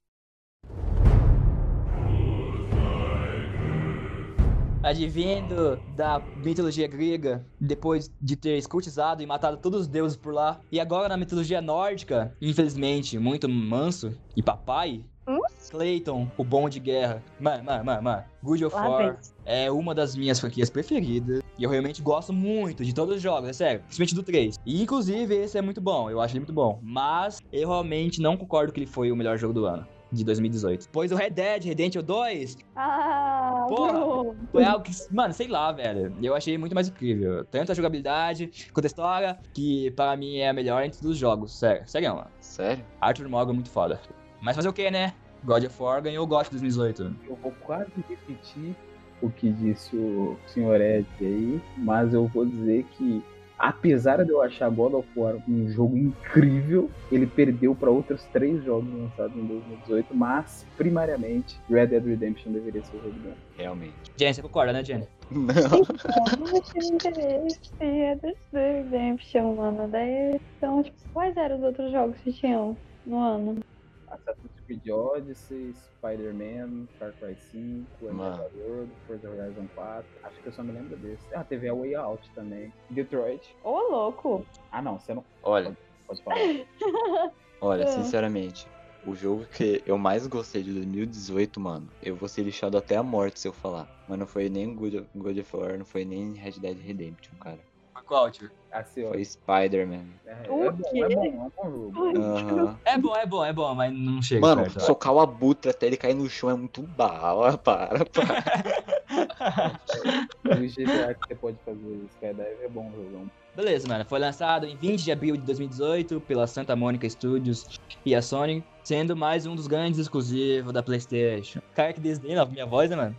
B: Advindo da mitologia grega, depois de ter escrutizado e matado todos os deuses por lá, e agora na mitologia nórdica, infelizmente, muito manso e papai,
C: Hum?
B: Clayton, o bom de guerra. Mano, mano, mano, mano. Good of
C: Lá
B: War
C: vem.
B: é uma das minhas franquias preferidas. E eu realmente gosto muito de todos os jogos, é sério. Principalmente do 3. E, inclusive, esse é muito bom. Eu acho ele muito bom. Mas eu realmente não concordo que ele foi o melhor jogo do ano. De 2018. Pois o Red Dead Redemption 2
C: Ah,
B: Porra.
C: bro.
B: foi algo que, mano, sei lá, velho. Eu achei muito mais incrível. Tanto a jogabilidade quanto a história, que para mim é a melhor entre dos jogos. Sério, sério, mano.
E: Sério?
B: Arthur Morgan é muito foda. Mas fazer o que, né? God of War ganhou o GOT 2018.
D: Eu vou quase repetir o que disse o senhor Ed aí, mas eu vou dizer que Apesar de eu achar God of War um jogo incrível, ele perdeu para outros três jogos lançados em 2018, mas primariamente Red Dead Redemption deveria ser o jogo do ano.
E: Realmente.
B: Jen, você concorda, né, Jen?
E: Não.
C: Não tinha interesse. É Red Dead Redemption, mano. Daí, então, tipo, quais eram os outros jogos que tinham no ano?
D: Assassin's Creed Odyssey, Spider-Man, Far Cry 5, Another World, Forza Horizon 4. Acho que eu só me lembro desse. Ah, teve a Way Out também. Detroit.
C: Ô, louco!
D: Ah, não, você não
E: Olha,
D: pode falar.
E: olha,
C: Ah.
E: sinceramente, o jogo que eu mais gostei de 2018, mano, eu vou ser lixado até a morte se eu falar. Mas não foi nem God of- God of War, não foi nem Red Dead Redemption, cara.
B: Foi qual, tio?
D: Assim, ó,
E: Foi Spider-Man.
D: é, é
C: O
D: bom,
C: quê?
D: é bom, é um bom jogo.
E: Aham.
B: É bom, é bom, é bom, mas não chega.
E: Mano,
B: perto,
E: socar o abutre até ele cair no chão é muito bala, para, para.
B: vai.
D: O GTA que você pode fazer Skydive é bom jogo. é um-
B: Beleza, mano. Foi lançado em 20 de abril de 2018 pela Santa Monica Studios e a Sony, sendo mais um dos grandes exclusivos da PlayStation. Cara que desdém a minha voz, né, mano?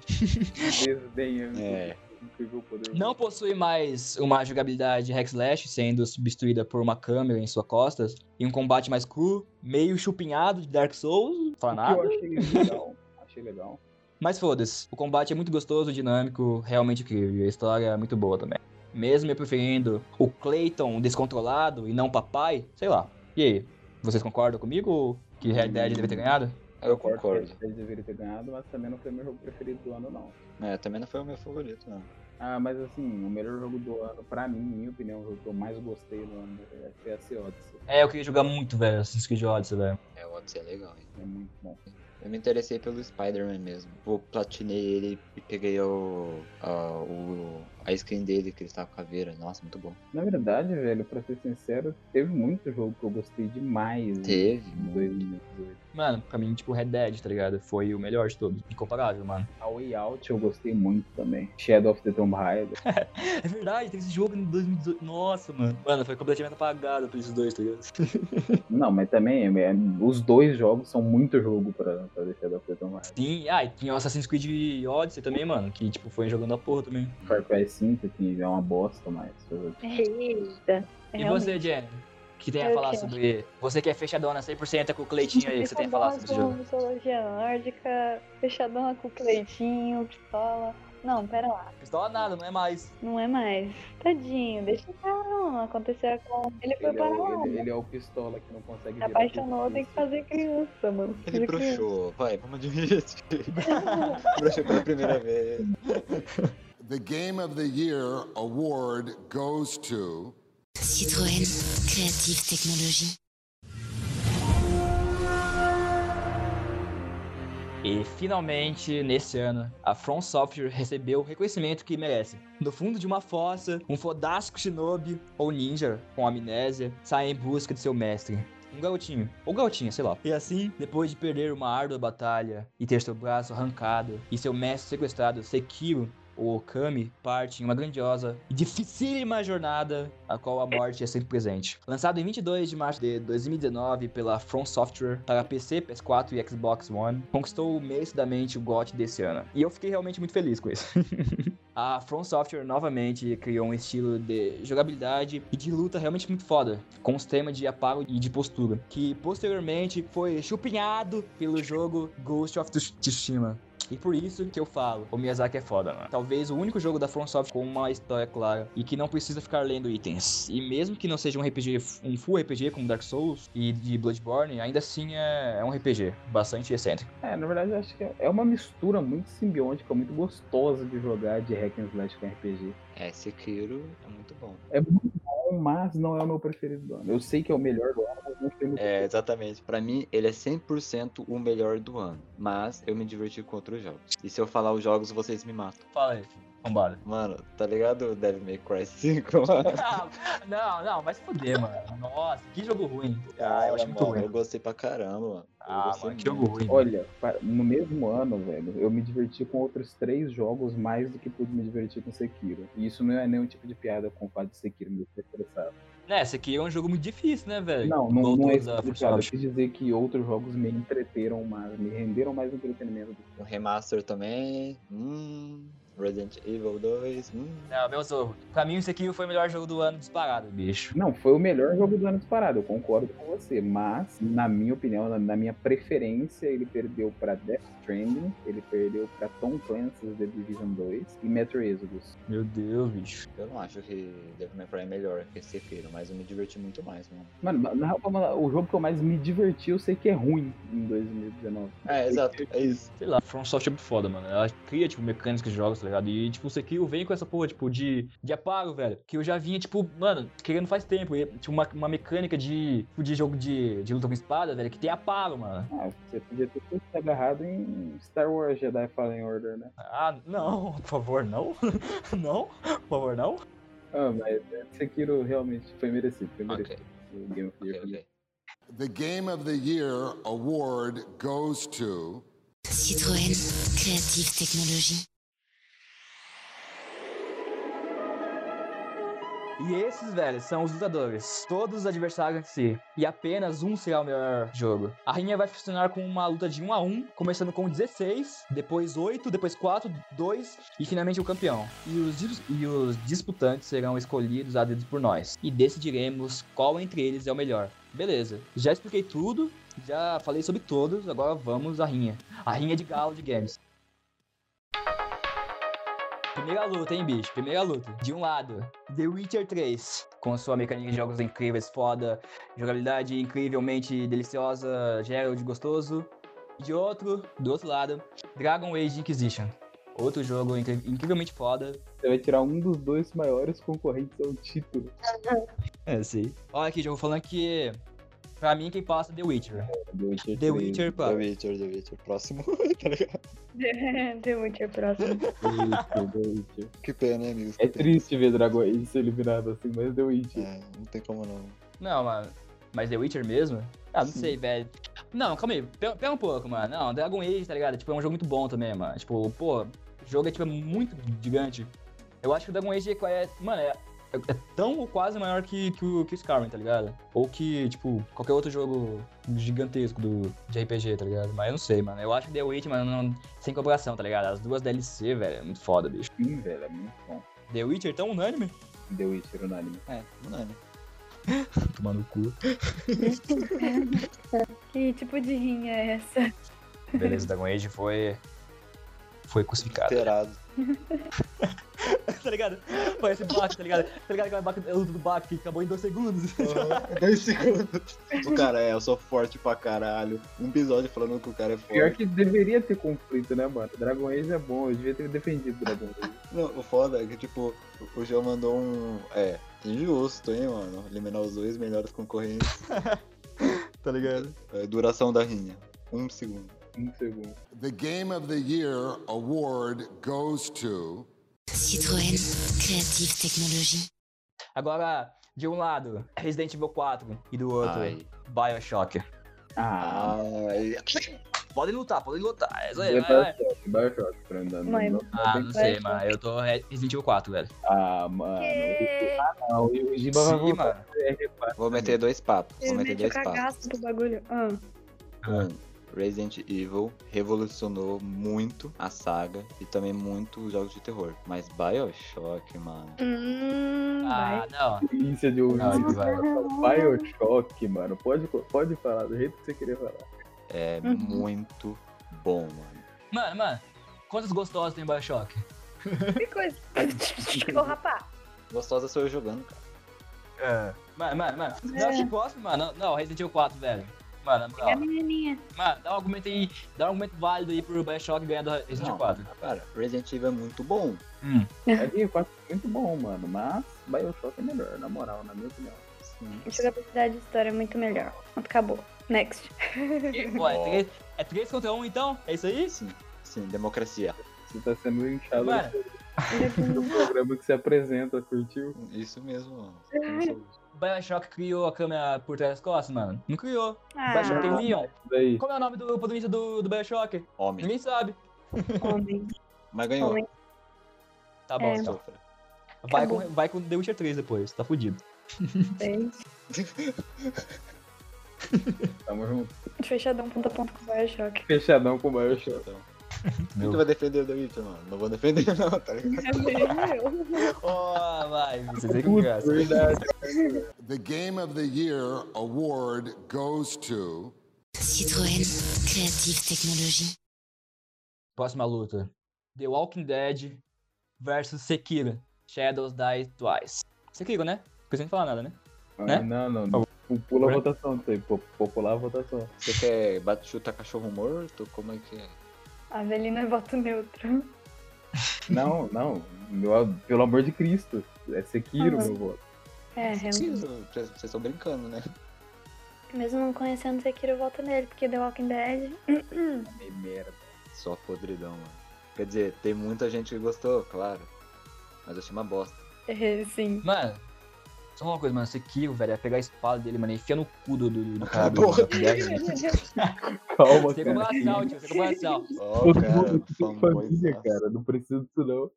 D: Desdenho.
E: É.
D: Incrível poder.
B: Não possui mais uma jogabilidade hack slash, sendo substituída por uma câmera em suas costas e um combate mais cru, meio chupinhado de Dark Souls,
D: O que
B: fanado.
D: eu achei legal. Achei legal.
B: Mas foda-se, o combate é muito gostoso, dinâmico, realmente incrível. E a história é muito boa também. Mesmo eu preferindo o Clayton descontrolado e não o papai, sei lá. E aí, vocês concordam comigo que Red Dead deve ter ganhado?
E: Eu
D: que
E: concordo.
D: Ele deveria ter ganhado, mas também não foi meu jogo preferido do ano, não.
E: É, também não foi o meu favorito, não.
D: Ah, mas assim, o melhor jogo do ano, pra mim, na minha opinião, o jogo que eu mais gostei do ano é CS Odyssey.
B: É, eu queria jogar muito, velho, Assassin's Creed Odyssey, velho.
E: É, o Odyssey é legal, hein?
D: É muito bom.
E: Eu me interessei pelo Spider-Man mesmo. Eu platinei ele e peguei o, a, o, a skin dele, que ele tava com caveira. Nossa, muito bom.
D: Na verdade, velho, pra ser sincero, teve muito jogo que eu gostei
E: Hum.
D: demais em
E: Teve, muito.
D: 2018.
B: Mano, pra mim, tipo, Red Dead, tá ligado? Foi o melhor de todos. Incomparável, mano.
D: A Way Out eu gostei muito também. Shadow of the Tomb Raider.
B: É verdade, teve esse jogo em 2018. Nossa, mano. Mano, foi completamente apagado por esses dois, tá ligado?
D: Não, mas também, é- os dois jogos são muito jogo pra fazer Shadow of the Tomb Raider.
B: Sim, ah, e tinha o Assassin's Creed Odyssey também, mano. Que, tipo, foi jogando a porra também.
D: Far Cry 5, que é uma bosta, mas... eu-
C: Eita.
I: É,
B: E você, Jenny? O que tem a
C: Eu
B: falar
C: quero.
B: sobre. Você que é fechadona 100% com o Cleitinho aí, o que você tem a falar sobre esse
C: Fechadona com
B: jogo?
C: Mitologia nórdica, fechadona com cleitinho, pistola. Não, pera lá,
B: Pistola nada, não é mais.
C: não é mais. Tadinho, deixa o cara, mano. Aconteceu com. Ele é foi
D: Ele é,
C: para
D: o,
C: lá.
D: ele, ele é o pistola que não consegue virar
C: Tá Apaixonou, tem que
D: justiça.
C: fazer criança, mano. Fazer
E: Ele bruxou. Vai, vamos admitir. bruxou pela primeira vez.
F: The Game of the Year award goes to
G: Citroën, créative technologie.
B: E finalmente, nesse ano, a From Software recebeu o reconhecimento que merece. No fundo de uma fossa, um fodástico shinobi ou ninja com amnésia sai em busca de seu mestre. Um garotinho, ou garotinha, sei lá. E assim, depois de perder uma árdua batalha e ter seu braço arrancado e seu mestre sequestrado, Sekiro, o Okami parte em uma grandiosa e dificílima jornada, a qual a morte é sempre presente. Lançado em 22 de março de 2019 pela From Software para PC, PS4 e Xbox One, conquistou merecidamente o GOT desse ano. E eu fiquei realmente muito feliz com isso. A From Software novamente criou um estilo de jogabilidade e de luta realmente muito foda, com um sistema de aparo e de postura, que posteriormente foi chupinhado pelo jogo Ghost of Tsushima. E por isso que eu falo, o Miyazaki é foda, mano. Talvez o único jogo da From Software com uma história clara e que não precisa ficar lendo itens. E mesmo que não seja um RPG, um full RPG como Dark Souls e de Bloodborne, ainda assim é, é um RPG bastante excêntrico.
D: É, na verdade, eu acho que é- é uma mistura muito simbiótica, muito gostosa de jogar de hack and slash com RPG.
E: É, Sekiro é muito bom.
D: É muito bom, mas não é o meu preferido do ano. Eu sei que é o melhor do ano, mas não foi o meu
E: É, exatamente. Pra mim, ele é 100% o melhor do ano. Mas eu me diverti com outros jogos. E se eu falar os jogos, vocês me matam.
B: Fala aí, filho. Vambora.
E: Mano, tá ligado? Devil May Cry 5, mano.
B: não, não, vai se fuder, mano. Nossa, que jogo ruim.
E: Ah, eu,
B: acho muito ruim.
D: né?
E: eu gostei pra caramba, mano. Eu
B: Ah,
E: gostei
B: mano, que jogo
E: muito.
B: ruim.
D: Olha, pa- no mesmo ano, velho, eu me diverti com outros três jogos mais do que pude me divertir com Sekiro. E isso não é nenhum tipo de piada com o fato de Sekiro me ter estressado.
B: Né, esse aqui é um jogo muito difícil, né, velho?
D: Não, não,
B: Voltou
D: não é esse
B: da
D: tipo
B: From
D: de piada. Eu
B: Software.
D: quis dizer que outros jogos me entreteram mais, me renderam mais entretenimento do que
E: O remaster também. Hum. Resident Evil 2. Hum.
B: Não, meu zorro. Pra mim, isso aqui foi o melhor jogo do ano disparado, bicho.
D: Não, foi o melhor jogo do ano disparado, eu concordo com você. Mas, na minha opinião, na, na minha preferência, ele perdeu pra Death Stranding, ele perdeu pra Tom Clancy's The Division 2 e Metro Exodus.
B: Meu Deus, bicho.
E: Eu não acho que Devil May Cry é melhor que Sekiro, mas eu me diverti muito mais, mano.
D: Mano, na- na real, vamos lá, o jogo que eu mais me diverti, eu sei que é ruim em 2019.
E: É, exato, é isso.
B: Sei lá, From Software é muito foda, mano. Ela cria, tipo, mecânicas de jogos, tá ligado? E, tipo, o Sekiro vem com essa porra, tipo, de, de aparo, velho. Que eu já vinha, tipo, mano, querendo faz tempo. E, tipo, uma, uma mecânica de, tipo, de jogo de, de luta com espada, velho, que tem aparo, mano.
D: Ah, você podia ter tudo agarrado em Star Wars Jedi Fallen Order, né?
B: Ah, não, por favor, não. não, por favor, não.
D: Ah, mas é, Sekiro realmente foi merecido, foi merecido.
E: Ok,
D: O Game of the
E: ok,
D: Year foi
E: ok.
F: The Game of the Year award goes to
G: Citroën, Creative Technology.
B: E esses, velho, são os lutadores. Todos os adversários entre si. E apenas um será o melhor jogo. A rainha vai funcionar com uma luta de 1 a 1 começando com 16, depois 8, depois 4, 2 e finalmente o campeão. E os, dis- e os disputantes serão escolhidos a dedo por nós. E decidiremos qual entre eles é o melhor. Beleza, já expliquei tudo, já falei sobre todos, agora vamos à rinha. A rinha de galo de games. Primeira luta, hein, bicho? Primeira luta. De um lado, The Witcher 3, com sua mecânica de jogos incríveis, foda, jogabilidade incrivelmente deliciosa, Gerald gostoso. De outro, do outro lado, Dragon Age Inquisition. Outro jogo incri- incrivelmente foda.
D: Você vai tirar um dos dois maiores concorrentes ao título.
B: É, sei. Olha aqui, jogo falando que, pra mim, quem passa é The Witcher.
D: The Witcher.
B: The
D: 3.
B: Witcher, pá.
E: The Witcher, The Witcher, próximo, tá ligado?
C: The
I: é
C: Witcher próximo.
D: Isso, The Witcher.
E: Que pena, hein, amigos?
D: É triste ver Dragon Age ser eliminado assim, mas The Witcher.
E: É, não tem como não.
B: Não, mano. Mas The Witcher mesmo? Ah, não sei, velho. Não, calma aí. Pera, pera um pouco, mano. Não, Dragon Age, tá ligado? Tipo, é um jogo muito bom também, mano. Tipo, pô, o jogo é, tipo, muito gigante. Eu acho que o Dragon Age é... é- mano, é, é tão ou quase maior que, que, o, que o Skyrim, tá ligado? Ou que, tipo, qualquer outro jogo gigantesco do, de RPG, tá ligado? Mas eu não sei, mano. Eu acho que The Witcher, mano, não- sem comparação, tá ligado? As duas DLC, velho, é muito foda, bicho.
D: Sim, velho, é muito bom.
B: The Witcher é tão unânime?
D: The Witcher unânime.
E: É, não é.
B: Tomar no cu.
I: Que tipo de rinha é essa?
B: Beleza, Dragon Age foi... Foi crucificado.
E: Esperado.
B: tá ligado? Parece Bach, tá ligado? Tá ligado aquela Bach, a luta do Bach que acabou em dois segundos?
E: Dois segundos. O cara é, eu sou forte pra caralho. Um episódio falando que o cara é
D: Pior
E: forte.
D: que deveria ter conflito, né, mano? Dragon Age é bom, eu devia ter defendido Dragon Age.
E: Não, o foda é que, tipo, o João mandou um. É, injusto, hein, mano? Eliminar os dois melhores concorrentes.
B: tá ligado?
E: É, duração da rinha. Um segundo.
D: Um segundo.
F: the Game of the Year award goes to
G: Citroën, Creative Technology.
B: Agora, de um lado, Resident Evil 4 e do outro,
E: Ai.
B: Bioshock.
D: Ah,
E: Ai.
B: Podem lutar, podem lutar. É isso aí, vai, vai.
D: Bioshock, Bioshock pra andar no.
I: Mãe.
D: no-
B: Ah, não sei, mano. Eu tô Re- Resident Evil 4, velho.
D: Ah, mano.
I: Que...
D: Não, o Giba vai
B: Sim,
D: voltar.
B: mano.
E: Vou meter dois papos. Vou
I: Eles
E: meter
I: metem o
E: né, é dois papos.
I: cagaço do bagulho. Ah,
E: Um, Resident Evil revolucionou muito a saga e também muito os jogos de terror. Mas Bioshock, mano.
I: hum,
B: Ah, não.
D: Delícia de um ouvir.
B: Não, vai.
D: Bioshock, mano. Pode, pode falar do jeito que você queria falar.
E: É
I: Uhum.
E: muito bom, mano.
B: Mano, mano. Quantas gostosas tem Bioshock?
I: vai. Que coisa. Ô, rapaz.
E: Gostosa sou eu jogando, cara.
B: Mano, mano, mano. Não, que próximo, mano. Não, Resident Evil 4, velho. Mano, na
I: É a
B: moral.
I: menininha.
B: Mano, dá um argumento aí. Dá um argumento válido aí pro Bioshock ganhar do Resident Evil
E: Não,
B: 4.
E: Cara, Resident Evil é muito bom.
B: Hum.
D: Ali o 4 é muito bom, mano. Mas Bioshock é melhor, na moral, na minha opinião.
E: Sim.
I: Jogabilidade e história é muito melhor. Pronto, acabou. Next.
B: E, pô, é 3, é três contra 1 então? É isso aí?
E: Sim, sim, democracia.
D: Você tá sendo linchado
B: Mano.
D: no
I: Ah,
D: programa que você apresenta, curtiu?
E: Isso mesmo, mano. Você pensou isso.
B: Bioshock criou a câmera por trás das costas, mano? Não criou.
I: Ah,
B: Bioshock tem Leon.
D: Daí.
B: Como é o nome do protagonista do, do Bioshock?
E: Homem.
B: Ninguém sabe.
I: homem.
E: Mas ganhou.
I: Homem.
B: Tá bom,
I: É.
B: então.
E: Sofra.
B: Vai
I: Acabou.
B: com, vai com The Witcher 3 depois, tá fudido.
I: Bem,
D: Tamo junto.
I: Fechadão, ponta um a ponta com o Bioshock.
D: Fechadão com o Bioshock.
E: Então, Quem
H: Meu,
E: que vai defender o The Witcher, mano? Não vou defender, não, tá ligado?
B: Oh, vai, você tem que
D: Putz,
B: graça.
D: verdade.
F: The Game of the Year award goes to
G: Citroën, Creative Technology.
B: Próxima luta. The Walking Dead versus Sekiro. Shadows Die Twice. Sekiro, né? Não precisa nem falar nada, né? Né?
D: Ah, Não, não, não. Pula a votação, tem que popular a votação.
E: Você quer bate, chuta cachorro morto? Como é que é?
I: A Avelina é voto neutro.
D: Não, não. Meu- pelo amor de Cristo. É Sekiro,
I: Ah.
D: meu voto.
I: É, realmente.
E: Sim, vocês vocês estão brincando, né?
I: Mesmo não conhecendo Sekiro, eu voto nele, porque The Walking Dead.
D: Que merda.
E: Só podridão, mano. Quer dizer, tem muita gente que gostou, claro. Mas eu achei uma bosta.
I: É, Sim.
B: Mano, só uma coisa, mano. Sekiro, velho, é pegar a espada dele, mano, e enfia no cu do, do, do cara. do-
E: Porra.
B: do Walking Dead, velho.
D: Calma,
B: Você é
D: cara.
B: coração, tio, você é coração.
E: Ó,
D: Todo
E: cara,
D: mundo tem família, cara. Não precisa disso, não.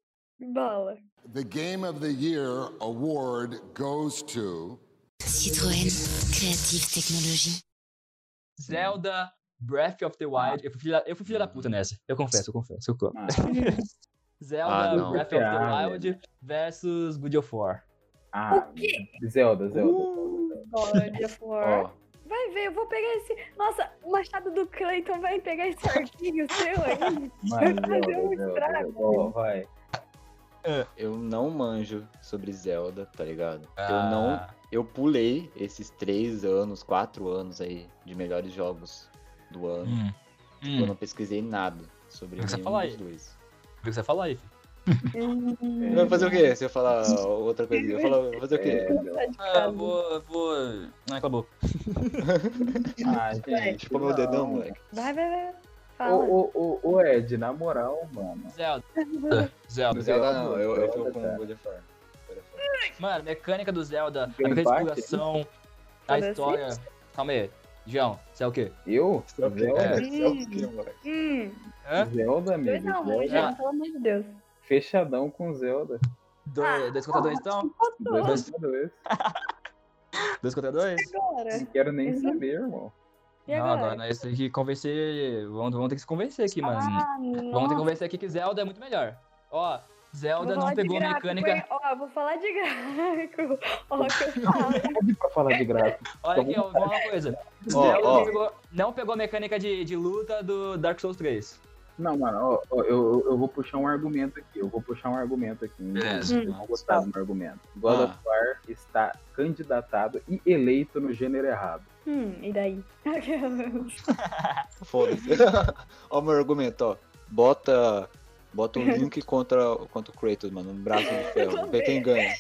I: Bola.
F: the Game of the Year award goes to
G: Citroën, Creative Technology.
B: Zelda Breath of the Wild. Eu fui filha, eu fui filha da puta nessa. Eu confesso, eu confesso, eu clamo.
D: Ah.
E: Ah,
B: Zelda
E: não.
B: Breath of the
D: Ah,
B: Wild versus God of War.
D: Ah, Zelda, Zelda.
I: Bola de War.
E: Ó,
I: Vai ver, eu vou pegar esse. Nossa, o machado do Clayton vai pegar esse arquinho seu aí.
D: Mano,
I: Vai fazer um
D: Zelda, Zelda.
I: estrago.
D: Ó, vai.
E: eu não manjo sobre Zelda, tá ligado? Eu
B: Ah,
E: não. Eu pulei esses três anos, quatro anos aí de melhores jogos do ano.
B: Hum.
E: Eu
B: Hum.
E: não pesquisei nada sobre
B: Você
E: nenhum
B: fala
E: dos
B: aí.
E: dois.
B: O que você fala aí? filho?
D: É,
E: Vai fazer o quê? Se eu falar outra coisa, eu falo, vou fazer o quê?
D: é,
I: Tá de
B: Ah,
I: casa.
B: vou, vou. Ah, acabou.
D: Ah, gente.
E: Tipo meu
D: não.
E: dedão, moleque.
I: Vai, vai, vai. Fala.
D: Ô, ô, ô, ô, Ed, na moral, mano.
B: Zelda. Zelda.
E: Zelda não, eu, eu fico
D: Zelda,
E: com o
D: cara.
E: God of War. God of War.
B: Mano, mecânica do Zelda, a
D: Tem
B: mecânica de
D: parte?
B: exploração, a
I: Parece.
B: história. Calma aí. João, você é o quê?
D: Eu?
E: Você é o quê?
D: Zelda?
E: É, você é o quê, moleque?
I: Hum,
B: Hã?
D: Zelda, amigo.
I: dois a
B: Ah.
I: um,
D: Zelda.
I: já, pelo amor de Deus.
D: Fechadão com Zelda.
B: Dois, dois contra dois, então?
I: Votou
D: Dois contra dois.
B: Dois contra dois?
I: agora.
D: Não quero nem
I: Uhum.
D: saber, irmão.
I: E
B: Não,
I: agora?
B: não, é nós temos que convencer. Vamos, vamos ter que se convencer aqui, mano.
I: Ah,
B: Vamos ter
I: nossa.
B: que convencer aqui que Zelda é muito melhor. Ó, Zelda
I: Vou falar
B: não tipo,
I: de
B: pegou a
I: Graco,
B: mecânica.
I: hein? Ó, vou falar de Graco. Ó, que eu falo.
D: Pode pra falar de graça.
B: Olha aqui, ó, vou falar uma coisa.
E: Ó,
B: Zelda
E: ó.
B: Não, pegou, não pegou a mecânica de, de luta do Dark Souls 3.
D: Não, mano, ó, ó, eu, eu- eu vou puxar um argumento aqui. Eu vou puxar um argumento aqui. hein?
I: É,
B: Beleza.
D: Vocês vão gostar do meu um argumento. God
E: Ah.
D: of War está candidatado e eleito no gênero errado.
I: Hum, e daí?
E: Foda-se. Ó o meu argumento, ó. Bota. Bota o Link contra, contra o Kratos, mano. Um braço de ferro. Vê quem ganha.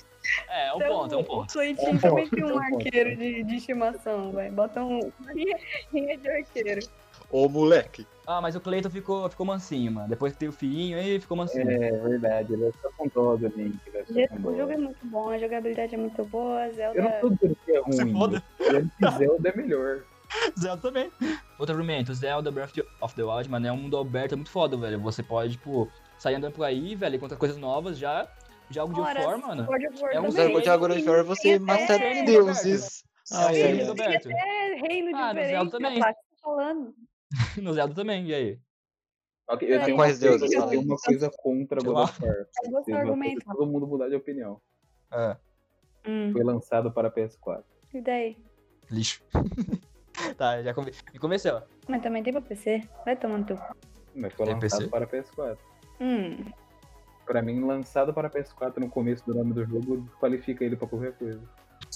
B: É, é um
I: Então,
B: ponto, é um ponto.
I: O Soitinho
D: É um
I: também tem
D: ponto,
I: um
D: é um ponto.
I: arqueiro de, de estimação, vai. Bota um. Rinha de arqueiro.
E: Ô moleque.
B: Ah, mas o Cleiton ficou, ficou mansinho, mano. Depois que teve o filhinho aí, ficou mansinho.
D: É verdade, ele vai ficar com dó do Link. ele vai ficar com
I: O jogo
D: dó.
I: é muito bom, a jogabilidade é muito boa,
D: Eu não
I: Zelda.
D: tô dizendo que é ruim.
B: foda.
D: Eu tô dizendo que Zelda é melhor.
B: Zelda também. Outro argumento, Zelda Breath of the Wild, mano, é um mundo aberto, é muito foda, velho. Você pode, tipo, sair andando por aí, velho, encontrar coisas novas já. Já algo de
I: Ora,
B: forma, mano.
I: God of War
B: É um
I: também.
E: Usar
B: Zelda
E: o Tiago de Ferro, você
I: Tem
E: mata
I: até-
E: deuses. Ah, Ai,
B: é um
E: ai,
B: mundo
E: ai.
B: aberto.
I: É, reino
B: Ah, no
I: diferente.
B: Zelda também.
I: rapaz, tá falando.
B: No Zelda também, e aí?
D: Ok, eu
I: É,
D: tenho
E: quais
D: uma coisa-
E: deuses?
D: Eu tenho uma coisa contra
B: Sei
D: God
B: lá.
D: of War.
I: Eu gosto do
D: Vocês vão fazer
I: argumento.
D: todo mundo mudar de opinião.
B: É,
I: Hum,
D: Foi lançado para PS4.
I: E daí?
B: lixo. tá, já conven- me convenceu.
I: Mas também tem pra PC? Vai tomando teu. cu.
D: Mas foi
B: Tem PC.
D: lançado para PS4.
I: Hum.
D: Pra mim, lançado para PS4 no começo do nome do jogo qualifica ele pra qualquer coisa.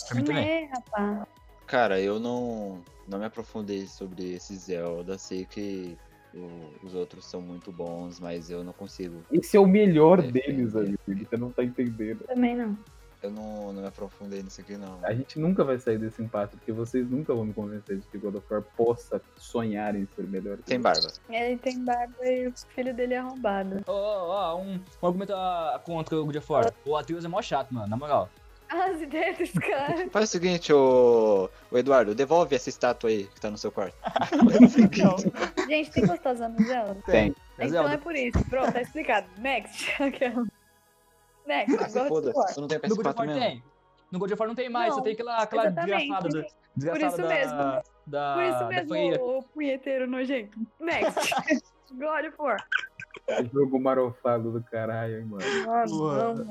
B: Pra mim também.
I: É, rapaz.
E: Cara, eu não, não me aprofundei sobre esse Zelda. Sei que o- os outros são muito bons, mas eu não consigo.
D: Esse é o melhor
E: É,
D: deles,
E: é, é.
D: amigo. Você não tá entendendo.
I: Também não.
E: Eu não, não me aprofundei nisso aqui, não.
D: A gente nunca vai sair desse empate, porque vocês nunca vão me convencer de que God of War possa sonhar em ser melhor.
E: Tem barba.
I: Ele tem barba e o filho dele é arrombado.
B: Ó, ó, ó, um, um argumento ah, contra o God of War. O Atreus é mó chato, mano, na moral.
I: As ideias desse cara.
E: Faz o seguinte, ô, ô Eduardo, devolve essa estátua aí que tá no seu quarto.
I: Gente, tem gostosa no Zelda?
D: Tem.
B: É
I: Então
B: Zelda.
I: é por isso. Pronto, tá explicado. Next. Aquela. Next,
E: Ah, se
I: God
E: foda,
I: of War.
E: tu não tem
B: No God of
E: PS4
B: War
E: mesmo?
B: tem. No God of War não tem mais,
I: Não,
B: só tem aquela, aquela
I: exatamente.
B: desgraçada. da- desgraçada
I: isso
B: da,
I: mesmo.
B: Da,
I: Por isso
B: Ah, da feira.
I: mesmo, o, o punheteiro nojento. Next. God of War.
D: Esse É jogo marofado do caralho, hein, mano.
I: Ah, não, mano.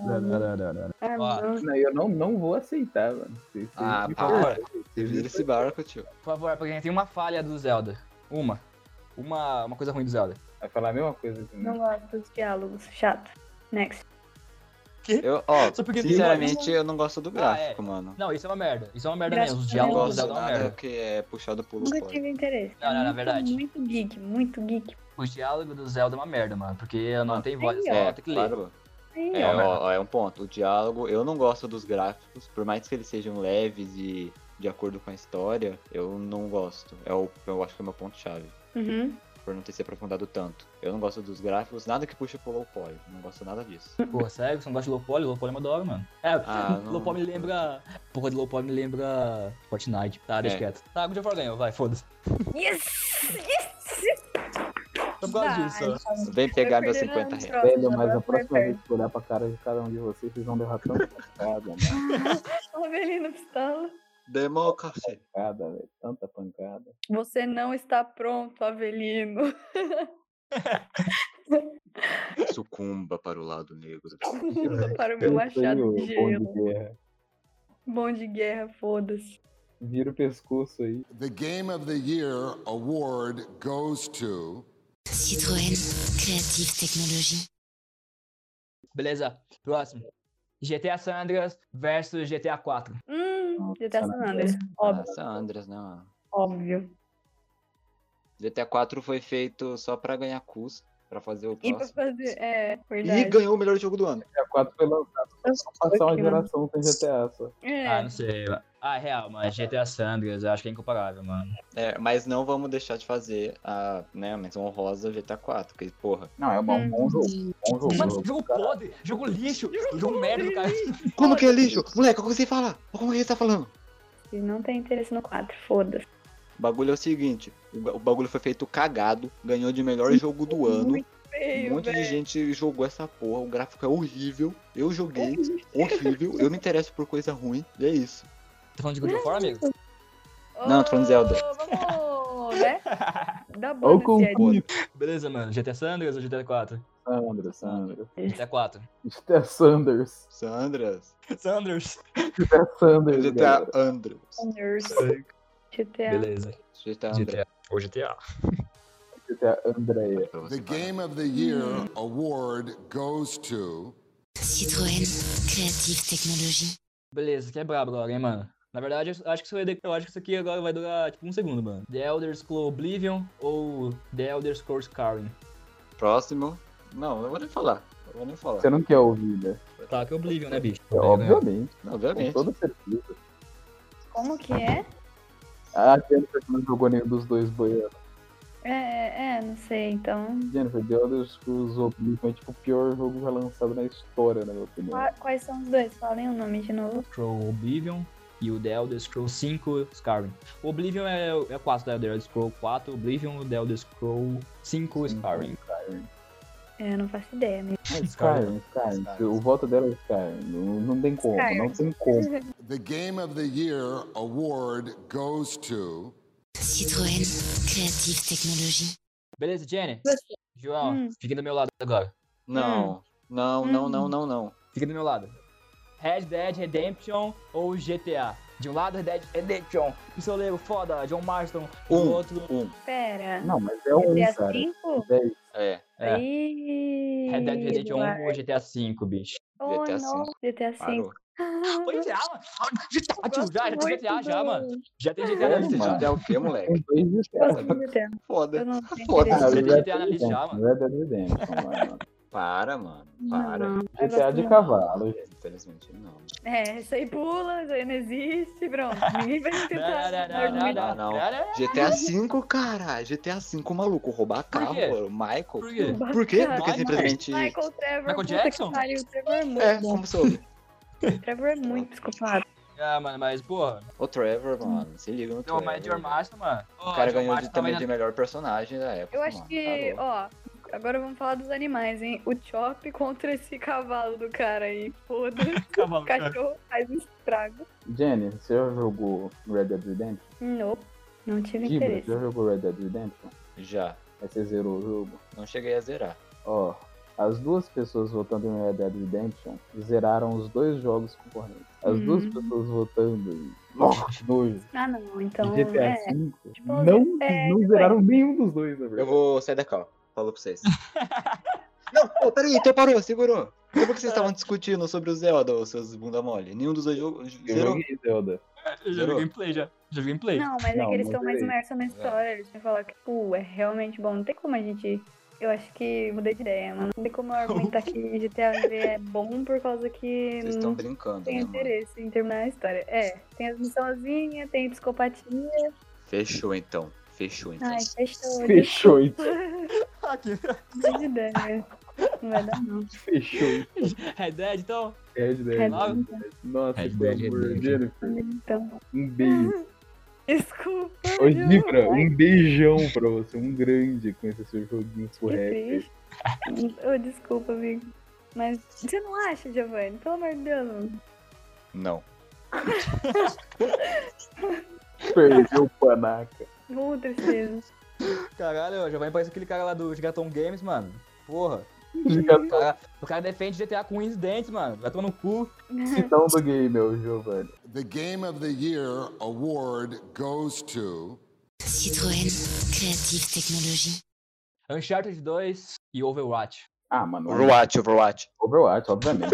I: Ah,
B: Ó.
I: não.
D: Não, eu não, não vou aceitar, mano. Vocês- vocês
E: Ah,
D: me
E: pá.
D: perdoem, vocês me
E: Vira esse barco, tio.
B: Por favor, porque tem uma falha do Zelda. Uma. Uma, uma coisa ruim do Zelda.
D: Vai falar a mesma coisa que
I: Não gosto dos diálogos. Chato. Next.
E: Eu, ó,
B: Só porque-
E: sinceramente, eu não gosto do gráfico,
B: Ah,
E: mano.
B: Não, isso é uma merda. Isso é uma merda
I: Graças
B: mesmo. Os
I: a
E: Não
I: Deus.
B: diálogos do
E: gosto
B: Zelda é uma
E: nada
B: merda.
E: que é puxado pelo
I: Nunca
E: spoiler.
I: tive interesse.
B: Não, não,
I: Eu
B: na
I: nunca-
B: verdade.
I: Muito geek, muito geek.
B: Os diálogos do Zelda é uma merda, mano. Porque não tem voz,
I: tem,
B: só
E: É,
B: tem que ler.
E: claro.
I: Aí,
E: É,
I: ó.
E: ó, ó, é um ponto. O diálogo, eu não gosto dos gráficos, por mais que eles sejam leves e de acordo com a história, eu não gosto. É o, eu acho que é o meu ponto-chave,
I: Uhum.
E: por não ter se aprofundado tanto. Eu não gosto dos gráficos, nada que puxa pro low poly, não gosto nada disso.
B: Pô, sério, você não gosta de Lopoli? Lopoli é uma da hora, mano. É,
E: Ah, não-
B: Lopoli me lembra. Porra de Lopoli me lembra. Fortnite. Tá, deixa
E: É.
B: quieto. Tá, God of War ganhou, vai, foda-se.
I: Yes! Yes!
B: Só por causa disso. ó.
E: Vem pegar meus
I: perdendo
E: 50
I: as
E: reais.
I: trocas,
D: Velho, mas
I: agora
D: a próxima
I: foi
D: vez que eu olhar pra cara de cada um de vocês, vocês vão derrar tanta pancada, mano.
I: perto. Avelino Pistola.
E: Democracy.
D: Pancada, velho. Tanta pancada.
I: Você não está pronto, Avelino.
E: Sucumba para o lado negro. É,
I: Para o meu machado de
D: Isso aí, ô,
I: gelo.
D: bom de guerra.
I: Bom de guerra, foda-se.
D: Vira o pescoço aí.
F: The Game of the Year award goes to
G: Citroën, Creative Technology.
B: Beleza, próximo. GTA San Andreas versus GTA 4.
I: Hum,
D: Nossa,
I: GTA San
D: né?
I: Andreas. Óbvio,
E: Nossa, Andras, né, mano?
I: óbvio.
E: GTA 4 foi feito só pra ganhar custo, pra fazer o
I: E pra
E: próximo.
I: fazer. É,
E: E
I: verdade.
E: ganhou o melhor jogo do ano.
D: GTA 4 foi lançado pra passar uma
I: Aqui, mano.
D: geração sem GTA só.
I: É,
B: Ah, não sei. mano. Ah, é real, mas GTA San Andreas eu acho que é incomparável, mano.
E: É, mas não vamos deixar de fazer a, né, a menção honrosa GTA 4, que, porra.
D: Não, é um
I: Hum.
D: bom jogo. Bom jogo.
B: Mano, jogo podre, jogo lixo, jogo um merda do cara.
E: Como que é lixo? Moleque, eu consegui falar. Olha como que ele tá falando.
I: se não tem interesse no 4, foda-se.
E: O bagulho é o seguinte, o, ba- o bagulho foi feito cagado, ganhou de melhor jogo do ano.
I: Muito feio,
E: Um monte de
I: velho.
E: gente jogou essa porra, o gráfico é horrível. Eu joguei, horrível. Eu me interesso por coisa ruim, e é isso.
B: Tá falando de God of War, amigo?
E: Não, tô falando de Zelda.
I: Ô, Vamos, né? Dá
D: Ou
I: banda,
D: com
I: Zé.
D: o
B: Beleza, mano. GTA San Andreas ou GTA 4?
D: Sanders, Sanders.
B: GTA 4.
D: GTA é Sanders.
E: Sandras.
B: Sanders.
D: GTA Sanders.
E: GTA
D: galera.
E: Andras.
I: Nurse. GTA.
B: Beleza.
E: GTA Andras.
B: Ou GTA.
D: GTA André.
E: pra você
F: the
E: falar.
F: Game of the Year award goes to
G: Citroën, Creative Technology.
B: Beleza, que é brabo agora, hein, mano. Na verdade, eu acho que isso, vai- eu acho que isso aqui agora vai durar tipo um segundo, mano. The Elder Scrolls Oblivion ou The Elder Scrolls Skyrim?
E: Próximo. Não, eu vou nem falar. Eu vou nem falar.
D: Você não quer ouvir, né?
B: Tá, que é Oblivion, né, bicho?
D: É, obviamente.
E: Não,
D: Com
E: obviamente.
D: toda certeza.
I: Como que é?
D: Ah, a Jennifer não jogou nenhum dos dois banheiros.
I: É, é, não sei, então.
D: Jennifer, The Elder Scrolls Oblivion é tipo o pior jogo já lançado na história, na minha opinião.
I: qua- Quais são os dois? Falem o nome de novo.
B: Scroll Oblivion e o The Elder Scrolls 5 Skyrim. O Oblivion é, é 4, The Elder Scrolls 4, Oblivion, The Elder Scrolls 5 Skyrim.
I: É, não faço ideia. Né?
D: Ah, Skyrim, Skyrim. O voto dela é Skyrim. Não, não tem como, não tem como.
F: the Game of the Year award goes to
G: Citroën, Creative Technology.
B: Beleza, Jenny?
I: Você.
B: João,
I: Hum.
B: fiquem do meu lado agora. Hum.
E: Não, não, não, não, não, não.
B: Fiquem do meu lado. Red Dead Redemption ou GTA? De um lado, Red Dead Redemption, pistoleiro foda, John Marston. Do
E: Um.
B: outro,
E: Um.
I: Pera.
D: Não, mas é um,
I: GTA
D: cara.
I: V?
D: É isso.
E: É.
B: É.
I: Ih,
B: Red Dead Redemption 1 ou
I: Eduardo.
B: GTA V, bicho.
I: Oh,
E: GTA
I: não. GTA V.
E: Parou.
B: Pois é, mano. Ah, tio, já, já tem
I: Muito
B: GTA já,
I: do-
B: mano. Já tem GTA na
D: É,
B: lista
E: Você já
B: já.
D: mano.
E: é o quê, moleque?
D: Tem dois de
I: Gosto
D: Skyrim.
I: do GTA. Eu
E: Foda.
I: não tenho
E: Foda-se.
D: Ah,
B: Você tem
D: Red Dead
B: GTA na lista já,
D: Redemption, Red Dead Redemption, mano.
E: Para, mano. Para.
I: Não, eu
D: GTA
I: gosto
D: de
I: não.
D: cavalo, gente.
E: Infelizmente não.
I: É, isso aí pula, isso aí não existe, pronto. Ninguém vai tentar.
B: Não, não,
I: dormir.
B: não, É, não,
E: Não,
B: não, não.
E: GTA V, cara. GTA V, maluco. Roubar carro,
B: quê?
E: mano. Michael.
B: Por quê?
E: Por quê?
I: Bacana.
E: Porque
B: Michael-
E: simplesmente.
I: Michael Trevor.
B: Michael
I: puta que
B: Jackson?
I: pariu, o Trevor é muito.
E: É,
I: bom.
E: como soube.
I: O Trevor é muito desculpado.
B: Ah, mano, mas, porra.
E: O Trevor, mano. Se liga no
B: Não,
E: Trevor.
B: mas John Marston, mano. Ó,
E: É.
B: tá
E: O cara
B: John
E: ganhou de-
B: Marston tava
E: também
B: indo-
E: de melhor personagem da época.
I: Eu acho
E: mano.
I: que,
E: Tá louco.
I: ó, agora vamos falar dos animais, hein? O Chop contra esse cavalo do cara aí. Foda-se. O cachorro faz um estrago.
D: Jenny, você já jogou Red Dead Redemption?
I: Não, não tive
D: Gibra, você
I: interesse.
D: já jogou Red Dead Redemption?
E: Já.
D: Aí você zerou o jogo?
E: Não cheguei a zerar.
D: Ó, as duas pessoas votando em Red Dead Redemption zeraram os dois jogos concorrentes. As
I: Hum.
D: duas pessoas votando em Nossa, dois.
I: Ah, não, então.
D: GTA
I: é,
D: V,
I: tipo,
D: não,
I: é,
D: não
I: isso
D: zeraram nenhum dos dois, na
E: Eu
D: verdade.
E: vou sair da cal. Falou pra vocês. Não, pô, peraí, então parou, segurou. Como que vocês estavam discutindo sobre o Zelda, ô seus bunda mole? Nenhum dos dois jogos.
D: Eu
E: zerou?
D: joguei Zelda.
B: Eu já vi
E: Zerou?
B: gameplay, já. Já vi gameplay.
I: Não, mas é
D: Não,
I: que eles
D: não
I: estão mais
D: zerei.
I: imersos na história. Eles tinham falado que, pô, é realmente bom. Não tem como a gente. Eu acho que mudei de ideia, mano. Não tem como eu argumentar que GTA V é bom por causa que
E: Vocês
I: não
E: estão brincando,
I: tem
E: né, mano?
I: interesse em terminar a história. É, tem as missãozinhas, tem psicopatia.
E: Fechou então. Fechou então.
I: Ai, fechou.
D: Fechou, então.
B: Ah, que...
I: Mudei de ideia. Não vai dar, não.
D: Fechou.
B: Red Dead, então.
D: Red Dead.
I: Red
D: Redemption. Nossa,
E: Red
D: pelo
E: Dead
D: amor de
E: Redemption.
D: Jennifer.
I: Então,
D: Um beijo.
I: desculpa.
D: Ô,
I: viu?
D: Jennifer,
I: Ai,
D: um beijão pra você. Um grande com esse seu joguinho
I: que
D: surreal.
I: triste. Ô, desculpa, amigo. Mas você não acha, Giovanni? Pelo amor de Deus, mano.
E: Não.
D: Perdeu o panaca.
I: Ô, tristeza.
B: Caralho, ó, já vai parecer aquele cara lá do Gigaton Games, mano. Porra. O cara, o cara defende GTA com unhas e dentes, mano. Vai tomar no cu.
D: Citão do tá game, ô Giovanni.
F: The Game of the Year award goes to
G: Citroën, Creative Technology.
B: Uncharted 2 e Overwatch.
D: Ah, mano.
E: Overwatch, Overwatch.
D: Overwatch, obviamente.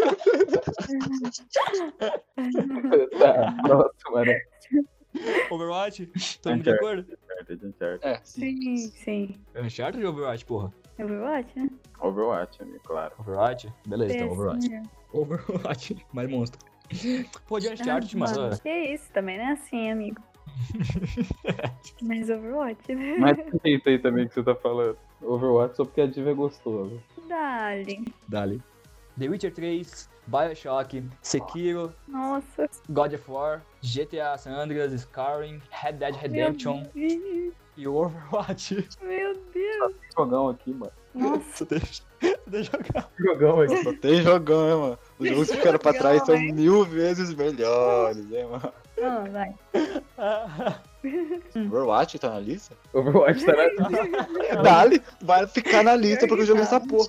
D: tá, próximo
E: É,
D: era
B: Overwatch?
D: Todo mundo de
B: acordo?
D: Uncharted, Uncharted.
E: É.
I: Sim, sim.
B: Uncharted ou Overwatch, porra?
I: É Overwatch, né?
D: Overwatch, amigo, claro.
B: Overwatch? Beleza, então Overwatch.
I: Péssimo.
B: Overwatch, mais monstro. Pô, de Uncharted,
I: Ah,
B: mano.
I: mano, que isso, também não é assim, amigo. Mas Overwatch, né?
D: Mas tem isso aí também que você tá falando. Overwatch só porque a diva é gostosa.
I: Dali.
B: Dali. The Witcher 3, Bioshock, Sekiro,
I: Nossa.
B: God of War, GTA San Andreas, Skyrim, Red Dead Redemption
I: Meu Deus.
B: e Overwatch.
I: Meu Deus.
D: Jogão aqui, mano.
I: Nossa.
E: Deixa, deixa eu
D: Jogão aqui.
E: Tem jogão, hein, né, mano? Os
I: Tem
E: jogos que ficaram pra
I: jogão,
E: trás são
I: hein?
E: mil vezes melhores, hein, mano?
I: Ah, vai. Hum.
E: Overwatch tá na lista?
D: Overwatch tá na
E: Dali, vai ficar na lista porque eu joguei essa porra.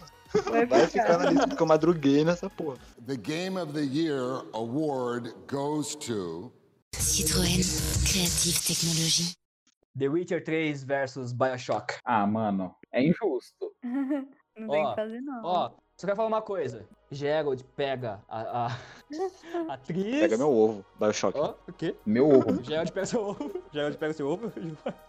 I: Vai, ficar.
E: Vai ficar na lista porque eu madruguei nessa porra.
F: The Game of the Year award goes to
G: Citroën, Creative Technology.
B: The Witcher 3 versus Bioshock.
D: Ah, mano, é injusto.
I: Não tem o
B: Ó,
I: que fazer, não.
B: Ó, só quero falar uma coisa. Gerald pega a, a, a atriz.
E: Pega meu ovo, Bioshock.
B: Ó, o quê?
D: Meu ovo.
B: Gerald pega seu ovo. Gerald pega seu ovo.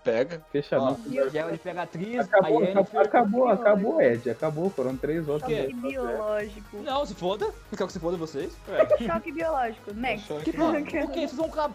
E: Pega.
D: Fechadão.
B: Ó, Gerald pega a atriz.
D: Acabou,
B: a
D: acabou,
B: Yennefer...
D: acabou, acabou,
E: né?
D: Ed. Acabou, foram três votos.
B: quê?
I: Choque biológico.
B: Não, se foda. É. Não quero que se foda vocês. Ué.
I: Choque
B: É um
I: biológico. Next.
B: Que não, ok, vocês vão acabar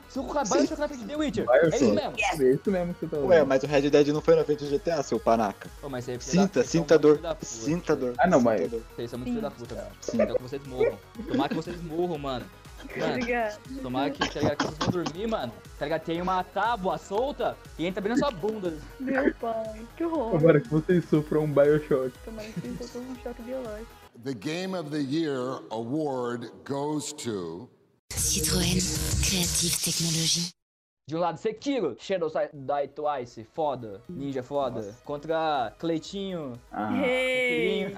B: Bioshock na frente de The Witcher.
D: Bioshock.
B: É isso mesmo.
D: É isso mesmo que você tá
E: Ué,
D: ouvindo.
E: mas o Red Dead não foi na frente do GTA, seu panaca.
B: Ô, mas vocês são
E: Sinta,
B: muito
E: sinta a
B: filho
E: dor.
B: da puta.
E: Sinta a dor.
D: Ah, não,
E: sinta
D: mas-
E: a dor.
B: Vocês são muito filho da puta, mano.
E: Sim.
B: Tomara que vocês morram. Tomara que vocês morram, mano.
I: tá
B: Mano,
I: Obrigada.
B: tomara que, tá ligado, que vocês vão dormir, mano. Tá ligado? Tem uma tábua solta e entra bem na sua bunda.
I: Meu pai. Que horror.
D: Tomara que vocês sofram um Bioshock.
I: Tomara que isso seja um choque biológico.
F: The Game of the Year award goes to
G: Citroën, Creative Technology.
B: De um lado, Sekiro, Shadow Side Die Twice, foda, ninja foda. Contra Cleitinho,
D: Ah,
I: Hey.
B: filhinho.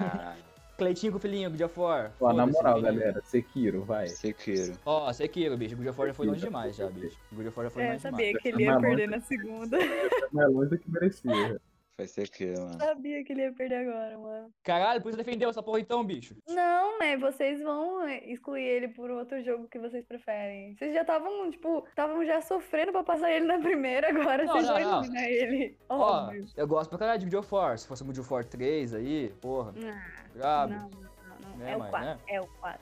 B: Cleitinho com filhinho, God of War.
D: ó, na
B: Foda-se,
D: moral,
B: filhinho.
D: galera, Sekiro, vai.
E: Sekiro.
B: Ó, Sekiro, bicho, God of War já foi
D: Sekiro,
B: longe
D: já
B: demais já, bicho. God of War já foi
I: É, eu
B: longe
I: sabia
B: demais.
I: que ele ia
D: Mas
I: perder
D: longe.
I: na segunda.
D: Tá mais longe do que merecia.
E: Foi Sekiro, mano.
I: sabia que ele ia perder agora, mano.
B: Caralho, por isso defendeu essa porra então, bicho.
I: Não, né? Vocês vão é, excluir ele por outro jogo que vocês preferem. Vocês já estavam, tipo, estavam já sofrendo pra passar ele na primeira, agora
B: Não,
I: vocês
B: não,
I: vão
B: não.
I: eliminar ele.
B: Ó,
I: Óbvio.
B: eu gosto pra caralho de God of War. Se fosse um God of War 3 aí, porra, brabo.
I: Ah, não, não, não.
B: tá. Né,
I: É
B: mãe,
I: o 4.
B: né?
I: É o 4.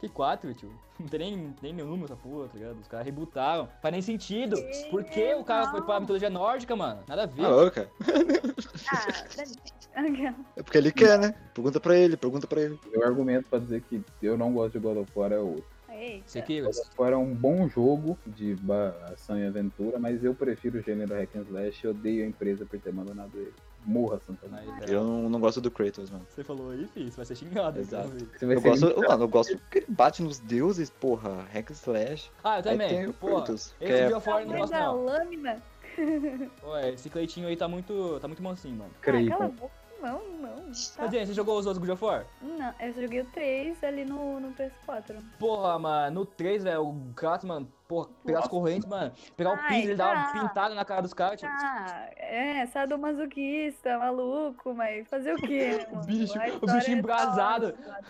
B: Que 4, tio. Não tem nem, nem nenhum número essa porra, tá ligado? Os caras rebutaram. Faz nem sentido. Por que o cara foi pra mitologia nórdica, mano? Nada a ver.
E: Tá louca?
I: Ah, dane-
E: É porque ele quer, né? Pergunta pra ele, pergunta pra ele.
D: Meu argumento pra dizer que eu não gosto de God of War é outro.
I: Eita.
B: Sekiro,
D: God of War é um bom jogo de ba- ação e aventura, mas eu prefiro o gênero hack and slash e odeio a empresa por ter abandonado ele. Morra, Santa Maria.
B: Aí,
E: Eu não, não gosto do Kratos, mano.
B: Você falou aí, filho, você vai ser xingado. então,
E: Exato.
B: inclusive.
D: Você vai
E: Eu
D: ser
E: gosto,
D: é limitado.
E: mano, eu gosto que ele bate nos deuses, porra. Hack and slash.
B: Ah, eu
E: Aí tem
B: também.
E: o
B: Pô,
E: Kratos, que
B: esse
E: é-
B: God of War eu não
I: Mas
B: gosto,
I: a
B: não.
I: lâmina.
B: Ué, esse Cleitinho aí tá muito, tá muito mansinho, mano.
I: Ah,
D: Creio.
I: cala a boca. Não, não. Tá.
B: Mas, gente, você jogou os outros God of War?
I: Não, eu joguei o 3 ali no, no PS4.
B: Porra, mano, no 3, velho, o Kratos, mano, porra, pegar as correntes, mano, pegar o
I: Ai,
B: pino, ele dá uma
I: tá.
B: pintada na cara dos caras, tipo,
I: Ah, é, sadomasoquista, maluco, mas fazer o quê? né, mano?
B: bicho-
I: A
B: o
I: história
B: bicho
I: é da
B: embrasado.
I: hora, sabe?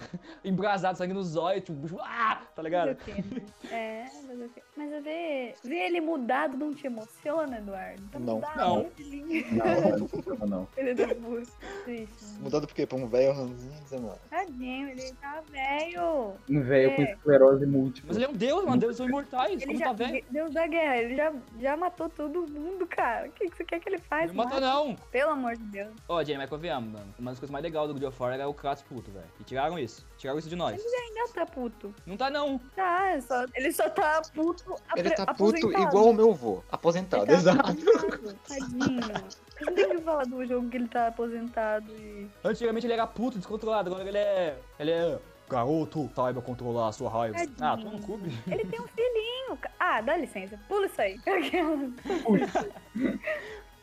B: embrasado, sangue nos olhos, tipo, bicho, ah, tá
I: Fazer
B: ligado?
I: o quê? né? É, fazer o quê? Mas ver, ver ele mudado não te emociona, Eduardo? Tá
J: Não.
I: mudado,
B: Não.
I: ele-
D: Não, não funciona, não.
I: Ele tá burro. Triste. né?
J: Mudado por quê? Pra um velho ranzinza, mano.
I: Tadinho, ele tá velho.
D: Um velho com
I: É.
D: esclerose múltipla.
B: Mas ele é um deus, mano, deuses são imortais,
I: Ele
B: como
I: já,
B: tá velho?
I: Deus da guerra, ele já, já matou todo mundo, cara. O que, que você quer que ele faça?
B: Não mata
I: Mata.
B: não!
I: Pelo amor de Deus.
B: Ó, é Jenny, mas convenhamos, ah, mano, uma das coisas mais legais do God of War era o Kratos puto, velho, e tiraram isso, tiraram isso de nós.
I: Ele tá puto.
B: Não tá não,
I: Tá, é só, ele só tá puto
E: Ele
I: apre-
E: tá puto
I: aposentado.
E: igual o meu avô. Aposentado,
I: Ele tá
E: exato.
I: aposentado, Tadinho. Você não tem que falar do jogo que ele tá aposentado e.
B: antigamente ele era puto, descontrolado, agora ele é, ele é, garoto, saiba controlar a sua raiva.
I: Tadinho.
B: Ah, toma no clube.
I: Ele tem um filhinho. ca- Ah, dá licença. Pula isso aí.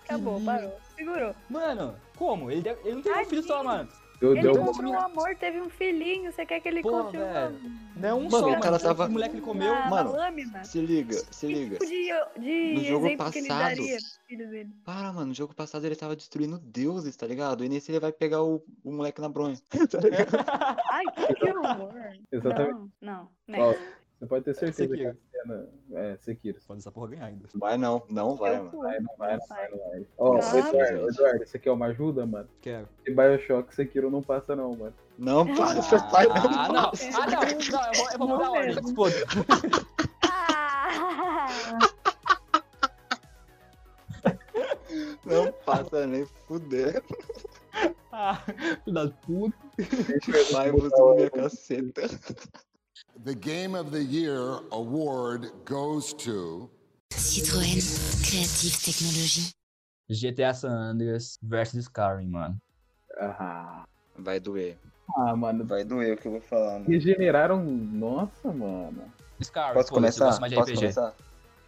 I: Acabou, parou. Segurou.
B: Mano, como? Ele, deve- ele não teve um filho só, mano.
D: Eu
I: Ele
D: deu
B: tô-
I: comprou um amor, teve um filhinho. Você quer que ele
B: Porra,
I: continue?
B: velho. Não um
E: Mano,
B: só,
E: o
B: mano.
E: cara tava-
B: O moleque ele comeu.
I: na,
E: mano.
I: na lâmina?
E: Se liga, se
I: Que
E: liga.
I: tipo de, de
E: No jogo
I: exemplo que ele
E: passado-
I: daria pros filhos dele?
E: Para, mano, no jogo passado ele tava destruindo deuses, tá ligado? E nesse ele vai pegar o, o moleque na bronha. Tá ligado?
I: Ai, que, que horror.
D: Exatamente.
I: Não, não. né?
D: Ó, você pode ter certeza que
B: Sekiro.
D: a cena é Sekiro.
B: Pode essa porra ganhar ainda.
E: Vai não, não vai,
I: Eu
E: mano.
I: cu.
D: Vai, não vai, não
I: Vai.
D: vai, não vai. Ó,
I: Nossa.
D: Eduardo, Eduardo, você quer uma ajuda, mano?
B: Quero.
D: Se Bioshock, Sekiro não passa, não, mano.
E: Não passa, vai não.
B: Ah, não.
E: passa.
B: Ah, não. Não, eu vou, eu vou
I: Não
B: mudar a ordem.
I: mesmo.
B: Foda.
I: Ah!
E: Não passa nem fuder.
B: Ah, filho da puta.
E: Vai, você na minha caceta.
F: The Game of the Year award goes to
G: Citroën, Creative Technology.
B: GTA San Andreas versus Skyrim, mano.
D: Ah,
E: Vai doer.
D: ah, mano.
J: Vai doer o que eu vou falar, né?
D: Regeneraram. Nossa, mano.
B: Skyrim,
E: Posso
B: pô, eu
E: começar?
B: gosto mais de
E: Posso
B: RPG.
E: começar?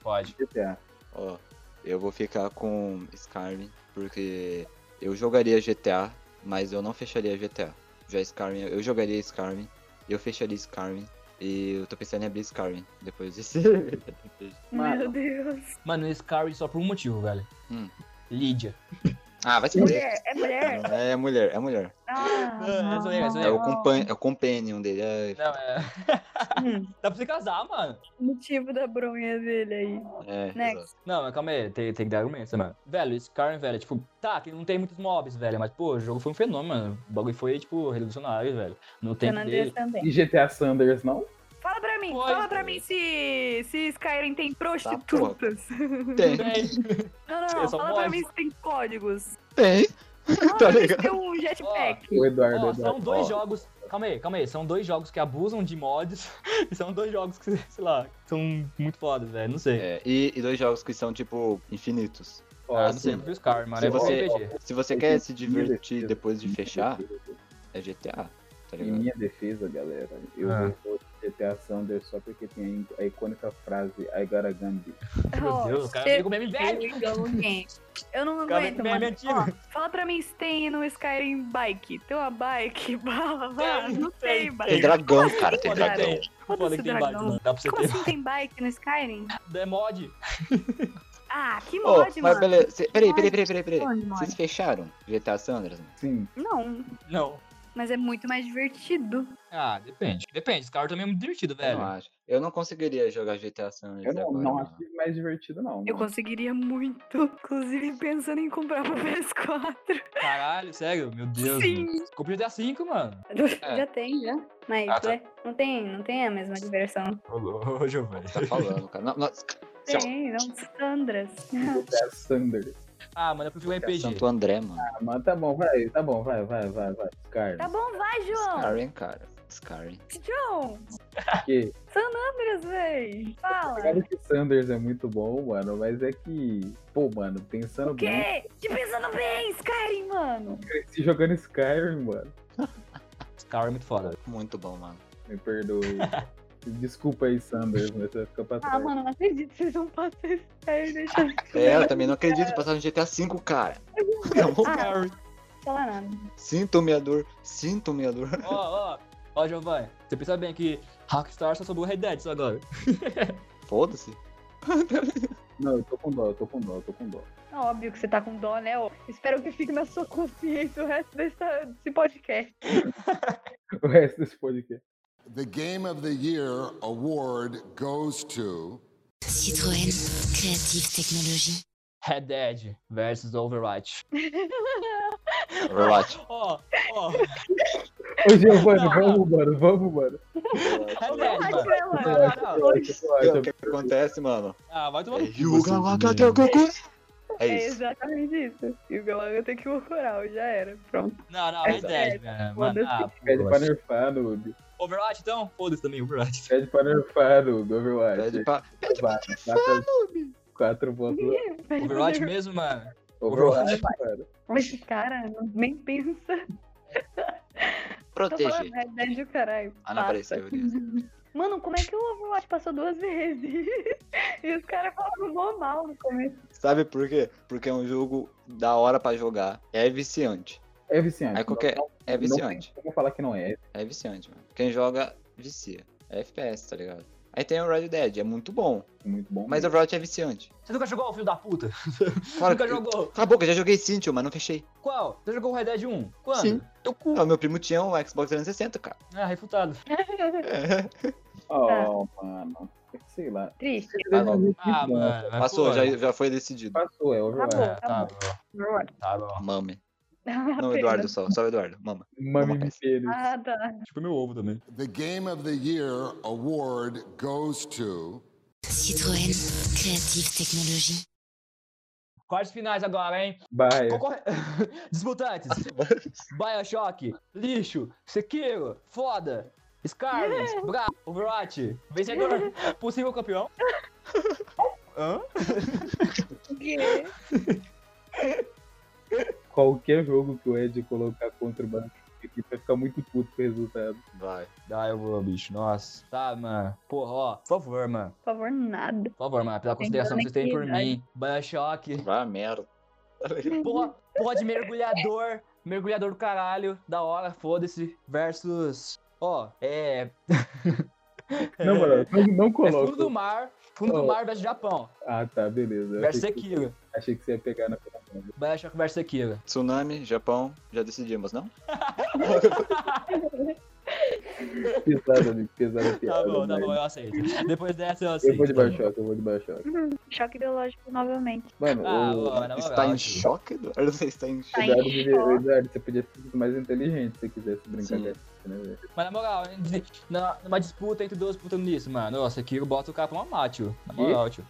B: Pode.
D: GTA.
E: Ó, eu vou ficar com Skyrim, porque eu jogaria GTA, mas eu não fecharia GTA. Já Skyrim, eu jogaria Skyrim, eu fecharia Skyrim, e eu tô pensando em abrir Skyrim depois disso.
I: Meu
D: Mano.
I: Deus.
B: Mano, Skyrim só por um motivo, velho.
E: Hum.
B: Lídia.
E: ah, vai se fuder.
I: Mulher, é mulher.
E: Não, É mulher, é mulher.
I: Ah,
B: É, é zoeira, é
E: É
B: zoeira.
E: o, compan é o companion dele. É,
B: Não, é...
I: Hum,
B: Dá pra você casar, mano.
I: motivo da bronha dele aí.
E: é,
I: Next.
E: exato.
B: Não, mas calma aí, tem, tem que dar argumento, mano. Velho, Skyrim, velho, tipo, tá, que não tem muitos mobs, velho, mas, pô, o jogo foi um fenômeno, mano. O bagulho foi, tipo, revolucionário, velho. Não tem
I: San
B: que
I: Andreas
B: ter...
I: também.
D: E GTA Sanders, não?
I: Fala pra mim,
B: Foi.
I: fala pra mim se, se Skyrim
E: Tá
I: tem prostitutas.
E: Tem,
B: Tem.
I: Não, não,
B: Eu
I: não.
B: sou
I: Fala pra
B: mod.
I: mim se tem códigos.
E: tem.
I: Fala
E: Tá
I: pra mim se
E: ligado.
I: tem um jetpack.
D: O Eduardo,
B: Ó,
D: Eduardo.
B: são dois
E: ó.
B: jogos... Calma aí, calma aí. São dois jogos que abusam de mods e são dois jogos que, sei lá, são muito fodas, velho. Não sei.
E: É, e, e dois jogos que são, tipo, infinitos.
D: Ó,
B: ah, não
D: assim,
B: sei, eu vi o Skyrim, mano.
E: se
B: É bom
E: você-
B: RPG.
E: Se você
D: Eu
E: quer
D: tenho
E: se
D: que
E: divertir
D: investir.
E: depois de fechar, é GTA, tá
D: Em
E: ligado?
D: minha defesa, galera, eu
B: Ah.
D: vou GTA Sanders só porque tem a icônica frase I got a gun, bitch.
B: Meu
I: Ó,
B: Deus, o cara é
I: chega-
B: veio com meme velho.
I: Eu não
B: Cara,
I: aguento,
B: é
I: mano.
B: antigo.
I: Ó, fala pra mim se tem no Skyrim bike. Tem uma bike, blá, blá, blá.
B: Tem,
I: Não tem,
B: tem,
E: Tem
I: bike.
E: dragão,
I: Como
E: cara,
I: assim,
E: tem
I: cara?
E: dragão.
B: Foda
I: Foda-se
B: que
I: o
B: tem bike,
I: dragão.
B: mano. Dá pra você
I: Como
B: ter.
I: assim tem bike no Skyrim?
B: É mod.
I: Ah, que
E: Ô,
I: mod,
E: mas
I: mano.
E: beleza, cê- peraí,
I: Mod.
E: peraí, peraí, peraí, peraí.
I: Onde mod?
E: Vocês fecharam GTA Sanders?
D: Sim,
I: Não,
B: Não.
I: mas é muito mais divertido.
B: Ah, depende. Depende. Skyrim também é muito divertido,
E: Eu
B: velho.
E: não acho. Eu não conseguiria jogar GTA Sanders
D: eu não,
E: agora.
D: não
E: mano.
D: achei mais divertido, não.
I: Eu
D: mano.
I: conseguiria muito. Inclusive, pensando em comprar pra PS4.
B: Caralho, sério? Meu Deus.
I: Sim.
B: mano. Comprei o GTA V, mano.
E: É.
I: Já tem, já. Mas
E: Ah, tá.
I: ué, não, tem, não tem a mesma diversão.
B: Ô, Giovanni.
E: Tá falando, cara. Não, não, Tchau.
I: Tem, não. Sandras.
D: GTA Sanders.
B: Ah, mano, eu prefiro RPG.
E: é Santo André, mano.
D: Ah, mas tá bom, vai, tá bom, vai, vai, vai, vai. Skyrim.
I: Tá bom, vai, João.
E: Skyrim, cara. é Skyrim.
I: João,
D: Porque
I: Sandras, véi. Fala.
D: claro que Sanders é muito bom, mano, mas é que, pô, mano, pensando
I: O
D: bem,
E: né?
I: quê? Te pensando bem, Skyrim, mano.
D: cresci jogando Skyrim, mano.
B: Skyrim é muito foda.
I: Ah,
E: Muito bom, mano.
D: Me perdoe. Desculpa aí, Sanders, mas você vai ficar pra trás.
I: Ah, mano, não acredito que vocês vão passar Skyrim. Deixa...
E: né? É, eu também não acredito em passar no GTA V, cara. Não,
B: Skyrim.
I: falar nada.
E: Sinto-me a dor, sinto-me a dor.
B: Ó, ó, ó, Giovanni, você pensa bem que Rockstar só sobrou Red Dead só agora.
E: Foda-se.
D: Não, eu tô com dó, eu tô com dó, eu tô com dó.
I: Óbvio que você tá com dó, né? ô? Espero que fique na sua consciência o resto dessa- desse podcast.
D: O resto desse podcast.
F: The Game of the Year award goes to.
G: Citroën, Creative Technology.
B: Red Dead versus Overwatch.
E: Overwatch.
B: Ó, ó,
D: Ô, Giovanni, vamos, mano, vamos, mano.
B: Red
E: Overwatch.
B: Dead, mano.
I: Ai, Joel,
D: Eu
B: não,
D: acho,
B: não.
D: eu acho, eu acho.
E: O que acontece, mano?
B: Ah, vai tomar
E: É
B: no cu.
E: Yuga Wakakakaku. É
I: É
E: isso.
I: exatamente isso. E o Galaga tem que procurar, já era. Pronto.
B: Não, não, Red Dead, velho. Mano, ah,
D: Pede pra
B: foda-se.
D: nerfar, noob.
B: Overwatch então? Foda-se também, Overwatch.
D: Pede pra nerfar, noob,
E: Pede
D: Overwatch.
E: pra. Pede pra.
D: Quatro pontos.
B: Overwatch mesmo, mano.
D: Overwatch, mano.
I: Mas esse cara não- nem pensa. Tô
E: Protege.
I: falando, Red Dead o caralho.
E: Ah, não,
I: Passa.
E: peraí, saiu disso.
I: Mano, como é que o Overwatch passou duas vezes? e os caras falaram mó mal no começo.
E: Sabe por quê? Porque é um jogo da hora pra jogar. É viciante.
D: É viciante.
E: Aí qualquer-
D: Não-
E: É
D: não tem
E: viciante.
D: como falar que não é.
E: É viciante, mano. Quem joga, vicia. É FPS, tá ligado? Aí tem o Red Dead, é muito bom.
D: É muito bom.
E: Mas o Overwatch é viciante.
B: Você nunca jogou, filho da puta?
E: Claro
B: nunca
E: que-
B: jogou?
E: Cala a boca, já joguei Cynthia, mas não fechei.
B: Qual? Você jogou o Red Dead 1? Quando?
E: Sim.
B: Teu cu.
E: Ah, meu primo tinha um Xbox 360, cara.
B: Ah, refutado.
E: É.
D: Oh, mano. Sei lá.
I: Triste.
E: Ah, não.
B: Ah,
D: Que bom.
B: mano. mas
E: Passou,
B: pô,
E: já, já foi decidido.
D: Passou, é Overwatch.
I: Acabou.
B: É, tá bom,
I: Overwatch.
B: tá bom.
E: Mame. Não,
I: Apenas.
E: Eduardo só. Só o Eduardo. Mama.
D: Mami
E: Vamos lá.
D: Pires.
I: Ah, tá.
H: Tipo meu ovo também.
F: The Game of the Year award goes to.
G: Citroën, Creative Technology.
B: Quartos finais agora, hein?
D: Baia.
B: Concorre... Disputantes. Bioshock. Lixo. Sekiro. Foda. Scarlet. Bra. Overwatch. Vencedor. Possível campeão. Hã?
I: O quê?
D: Qualquer jogo que o Ed colocar contra o Banco aqui vai ficar muito puto com o resultado.
E: Vai.
B: Ah, eu vou, bicho. Nossa. Tá, mano. Porra, ó. Por favor, mano.
I: Por favor, nada.
B: Por favor, mano. Pela consideração que vocês têm por mim. Bioshock.
E: Vai a merda.
B: Porra, porra de mergulhador. Mergulhador do caralho. Da hora, foda-se. Versus. Ó, é.
D: Não, mano, não, não
B: É fundo do
D: coloca.
B: mar. Fundo do
D: Ó.
B: mar versus Japão.
D: Ah, tá, beleza. Eu
B: Versus
D: Achei que,
B: Sekiro.
D: achei que você ia pegar na né? pergunta.
B: Bioshock versus Sekiro.
E: Tsunami, Japão, já decidimos, não?
D: Pesada, amigo, pesada
B: Tá
D: piada.
B: bom, tá
D: mas-
B: bom, assim. eu aceito. Depois dessa eu aceito.
D: Eu vou de Bioshock, eu vou de Bioshock.
I: Choque ideológico novamente.
D: Mano,
B: Ah,
D: o...
B: mano, na
E: Está
B: moral,
E: em
B: tio.
E: choque, Eduardo? Você está em
I: Tá
E: choque.
I: em
D: Eduardo, devia-
I: choque.
D: Eduardo, você podia ter sido mais inteligente se quisesse brincar
E: Sim.
D: com essa, né, velho?
B: Mas na moral, na- numa disputa entre duas putas nisso, mano. Nossa, Sekiro bota o cara pra uma mate, tio. Na moral, tio.